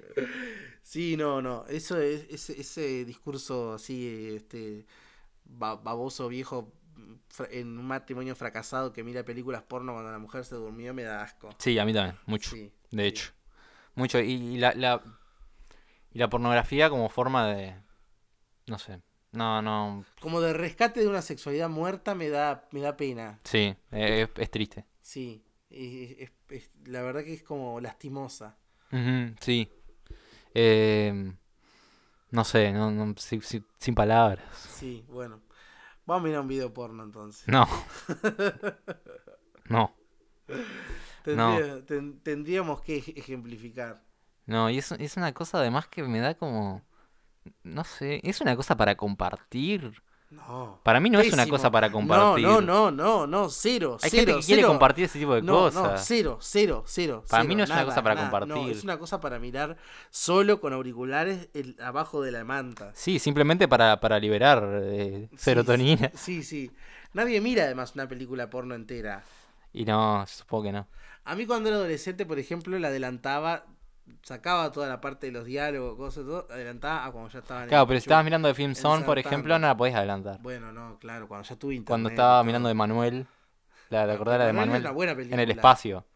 Speaker 1: Sí, no, no. Eso es, ese, ese discurso así, este, ba- baboso viejo mm, fra- en un matrimonio fracasado que mira películas porno cuando la mujer se durmió me da asco.
Speaker 2: Sí, a mí también, mucho.
Speaker 1: Sí,
Speaker 2: De
Speaker 1: sí.
Speaker 2: hecho. Mucho. Y, y la, la- y la pornografía como forma de... No sé. No, no.
Speaker 1: Como de rescate de una sexualidad muerta me da, me da pena.
Speaker 2: Sí, eh, es, es triste.
Speaker 1: Sí. Y es- es- la verdad que es como lastimosa.
Speaker 2: Ujú, sí. Eh, no sé, no, no, si- si- sin palabras.
Speaker 1: Sí, bueno. Vamos a mirar un video porno entonces.
Speaker 2: No. No, No.
Speaker 1: Tendría- ten- tendríamos que ej- ejemplificar.
Speaker 2: no. Y es, es una cosa además que me da como... No sé, es una cosa para compartir.
Speaker 1: No.
Speaker 2: Para mí no es una
Speaker 1: Pésimo.
Speaker 2: cosa para
Speaker 1: No,
Speaker 2: compartir.
Speaker 1: no, no, no, no, cero.
Speaker 2: Hay
Speaker 1: cero,
Speaker 2: gente que quiere
Speaker 1: cero.
Speaker 2: compartir ese tipo de
Speaker 1: no, No,
Speaker 2: cosas.
Speaker 1: cero, cero, cero.
Speaker 2: Para
Speaker 1: cero,
Speaker 2: mí no es una
Speaker 1: nada,
Speaker 2: cosa para
Speaker 1: nada,
Speaker 2: compartir.
Speaker 1: No, es una cosa para mirar solo con auriculares el- abajo de la manta.
Speaker 2: Sí, simplemente para, para liberar eh,
Speaker 1: Sí,
Speaker 2: serotonina.
Speaker 1: Sí, sí. Nadie mira además una película porno entera.
Speaker 2: Y no, supongo que no.
Speaker 1: A mí cuando era adolescente, por ejemplo, la adelantaba, sacaba toda la parte de los diálogos, cosas, todo, adelantaba a cuando ya estaba en el
Speaker 2: Claro, pero si
Speaker 1: chup.
Speaker 2: estabas mirando de Film
Speaker 1: el
Speaker 2: Zone, por
Speaker 1: Santander.
Speaker 2: ejemplo, no la podés adelantar.
Speaker 1: Bueno, no, claro, cuando ya tuve internet.
Speaker 2: Cuando
Speaker 1: y
Speaker 2: estaba
Speaker 1: todo.
Speaker 2: mirando de Manuel, la, ¿te acordás la de
Speaker 1: Emanuel
Speaker 2: Manuel?
Speaker 1: es una buena
Speaker 2: En
Speaker 1: película.
Speaker 2: el espacio.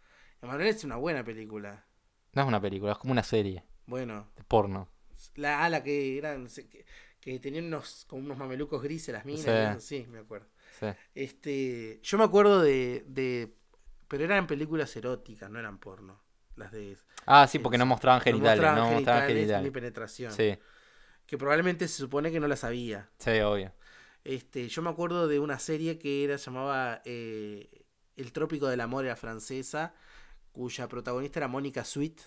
Speaker 1: Emanuel es una buena película.
Speaker 2: No es una película, es como una serie
Speaker 1: Bueno,
Speaker 2: de porno.
Speaker 1: la ala que eran se- que, que tenían unos como unos mamelucos grises las minas,
Speaker 2: Sí.
Speaker 1: y eso, sí, me acuerdo.
Speaker 2: Sí.
Speaker 1: Este, yo me acuerdo de, de pero eran películas eróticas, no eran porno, las de
Speaker 2: Ah, sí, porque no
Speaker 1: Exacto.
Speaker 2: mostraban
Speaker 1: no
Speaker 2: genitales. No mostraban
Speaker 1: ni
Speaker 2: genitales.
Speaker 1: penetración,
Speaker 2: Sí,
Speaker 1: que probablemente se supone que no las había.
Speaker 2: sí, obvio.
Speaker 1: Este, yo me acuerdo de una serie que era llamaba eh, El Trópico del Amor era francesa, cuya protagonista era Mónica Sweet,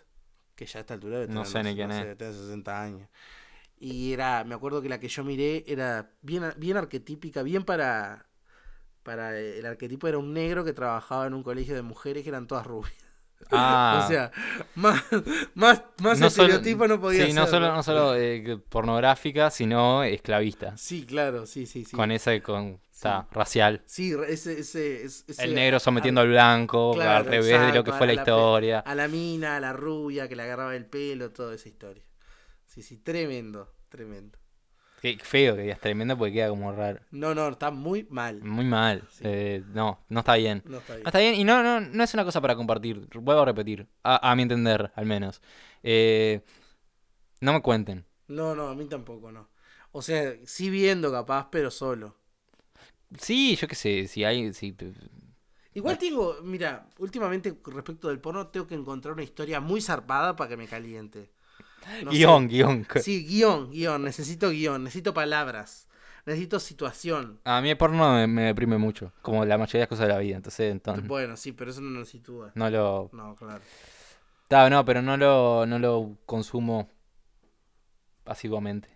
Speaker 1: que ya a esta altura debe
Speaker 2: No sé ni quién es.
Speaker 1: debe tener 60 años. Y era, me acuerdo que la que yo miré era bien, bien arquetípica, bien para, para eh, el arquetipo era un negro que trabajaba en un colegio de mujeres que eran todas rubias.
Speaker 2: Ah,
Speaker 1: O sea, más, más, más
Speaker 2: solo-
Speaker 1: estereotipo no podía
Speaker 2: Sí, no
Speaker 1: ser,
Speaker 2: solo, no solo eh, pornográfica, sino esclavista.
Speaker 1: Sí, claro, sí, sí, sí.
Speaker 2: Con ese, con, ta, racial.
Speaker 1: Sí, ese, ese, ese-
Speaker 2: El
Speaker 1: ese
Speaker 2: negro sometiendo al blanco, al
Speaker 1: Claro,
Speaker 2: revés de lo que
Speaker 1: exacto,
Speaker 2: fue la
Speaker 1: a la pe-
Speaker 2: historia.
Speaker 1: A la mina, a la rubia que le agarraba el pelo, toda esa historia. Sí, sí, tremendo, tremendo.
Speaker 2: Qué feo que digas tremendo porque queda como raro.
Speaker 1: No, no, está muy mal.
Speaker 2: Muy mal.
Speaker 1: Sí.
Speaker 2: Eh, no, no está bien.
Speaker 1: No está bien.
Speaker 2: No está bien y no, no, no es una cosa para compartir. Vuelvo a repetir. A, a mi entender, al menos. Eh, no me cuenten.
Speaker 1: No, no, a mí tampoco, no. O sea, sí viendo capaz, pero solo.
Speaker 2: Sí, yo qué sé. Si hay. Si, Ah.
Speaker 1: Igual tengo, mira, últimamente respecto del porno tengo que encontrar una historia muy zarpada para que me caliente. No sé.
Speaker 2: guión, guión.
Speaker 1: Sí, guión, guión. Necesito guión, necesito palabras, necesito situación.
Speaker 2: A mí el porno me, me deprime mucho. Como la mayoría de las cosas de la vida. Entonces, entonces
Speaker 1: Bueno, sí, pero eso no nos sitúa.
Speaker 2: no lo.
Speaker 1: No, claro.
Speaker 2: Ta, no, pero no lo, no lo consumo asiduamente.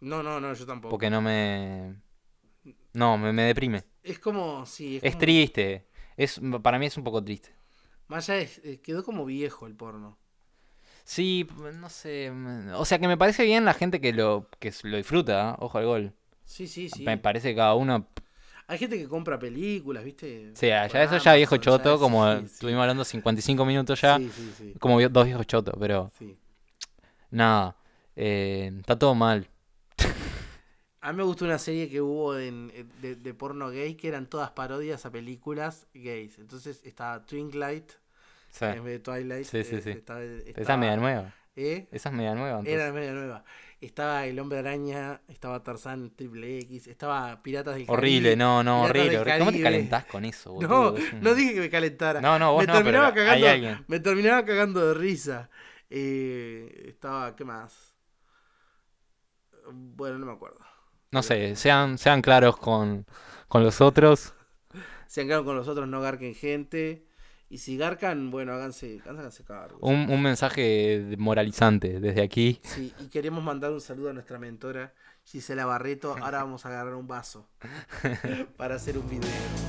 Speaker 1: No, no, no, yo tampoco.
Speaker 2: Porque no me. No, me, me deprime.
Speaker 1: Es como, sí, es,
Speaker 2: Es
Speaker 1: como-
Speaker 2: triste. Es, para mí es un poco triste.
Speaker 1: Más allá es- eh, quedó como viejo el porno.
Speaker 2: Sí, p- no sé. mm, O sea que me parece bien la gente que lo, que s- lo disfruta, ¿eh? ojo al gol.
Speaker 1: Sí, sí, sí.
Speaker 2: Me parece que cada uno.
Speaker 1: Hay gente que compra películas, ¿viste?
Speaker 2: O sea,
Speaker 1: Por
Speaker 2: ya eso ya viejo
Speaker 1: Amazon, ya
Speaker 2: choto,
Speaker 1: es-
Speaker 2: como
Speaker 1: sí, sí.
Speaker 2: estuvimos hablando 55 minutos ya.
Speaker 1: Sí, sí, sí,
Speaker 2: Como vi- dos viejos chotos, pero
Speaker 1: sí.
Speaker 2: nada. eh, está todo mal.
Speaker 1: A mí me gustó una serie que hubo en- eh, de, de porno gay que eran todas parodias a películas gays. Entonces estaba Twilight
Speaker 2: O sea,
Speaker 1: en vez de Twilight.
Speaker 2: Sí, sí,
Speaker 1: eh,
Speaker 2: sí.
Speaker 1: estaba-
Speaker 2: esa es
Speaker 1: estaba-
Speaker 2: media nueva.
Speaker 1: ¿Eh?
Speaker 2: Esa es media nueva. entonces.
Speaker 1: Era media nueva. Estaba El Hombre Araña, estaba Tarzán Triple X, estaba Piratas del
Speaker 2: Horrible,
Speaker 1: Caribe.
Speaker 2: no, no,
Speaker 1: Piratas
Speaker 2: horrible.
Speaker 1: del
Speaker 2: horrible. ¿Cómo te
Speaker 1: Caribe.
Speaker 2: calentás con eso, boludo?
Speaker 1: No,
Speaker 2: Es un-
Speaker 1: no dije que me calentara.
Speaker 2: No, no, vos
Speaker 1: me
Speaker 2: no,
Speaker 1: terminaba
Speaker 2: pero hay
Speaker 1: cagando,
Speaker 2: alguien.
Speaker 1: Me terminaba cagando de risa. Eh, estaba, ¿qué más? Bueno, no me acuerdo.
Speaker 2: No sé, sean, sean claros con, con los otros.
Speaker 1: Se quedado con los otros, no garquen gente. Y si garcan, bueno, háganse, háganse cargo.
Speaker 2: Un, un mensaje de- moralizante desde aquí.
Speaker 1: Sí, y queremos mandar un saludo a nuestra mentora, Gisela Barreto. Ahora vamos a agarrar un vaso para hacer un video.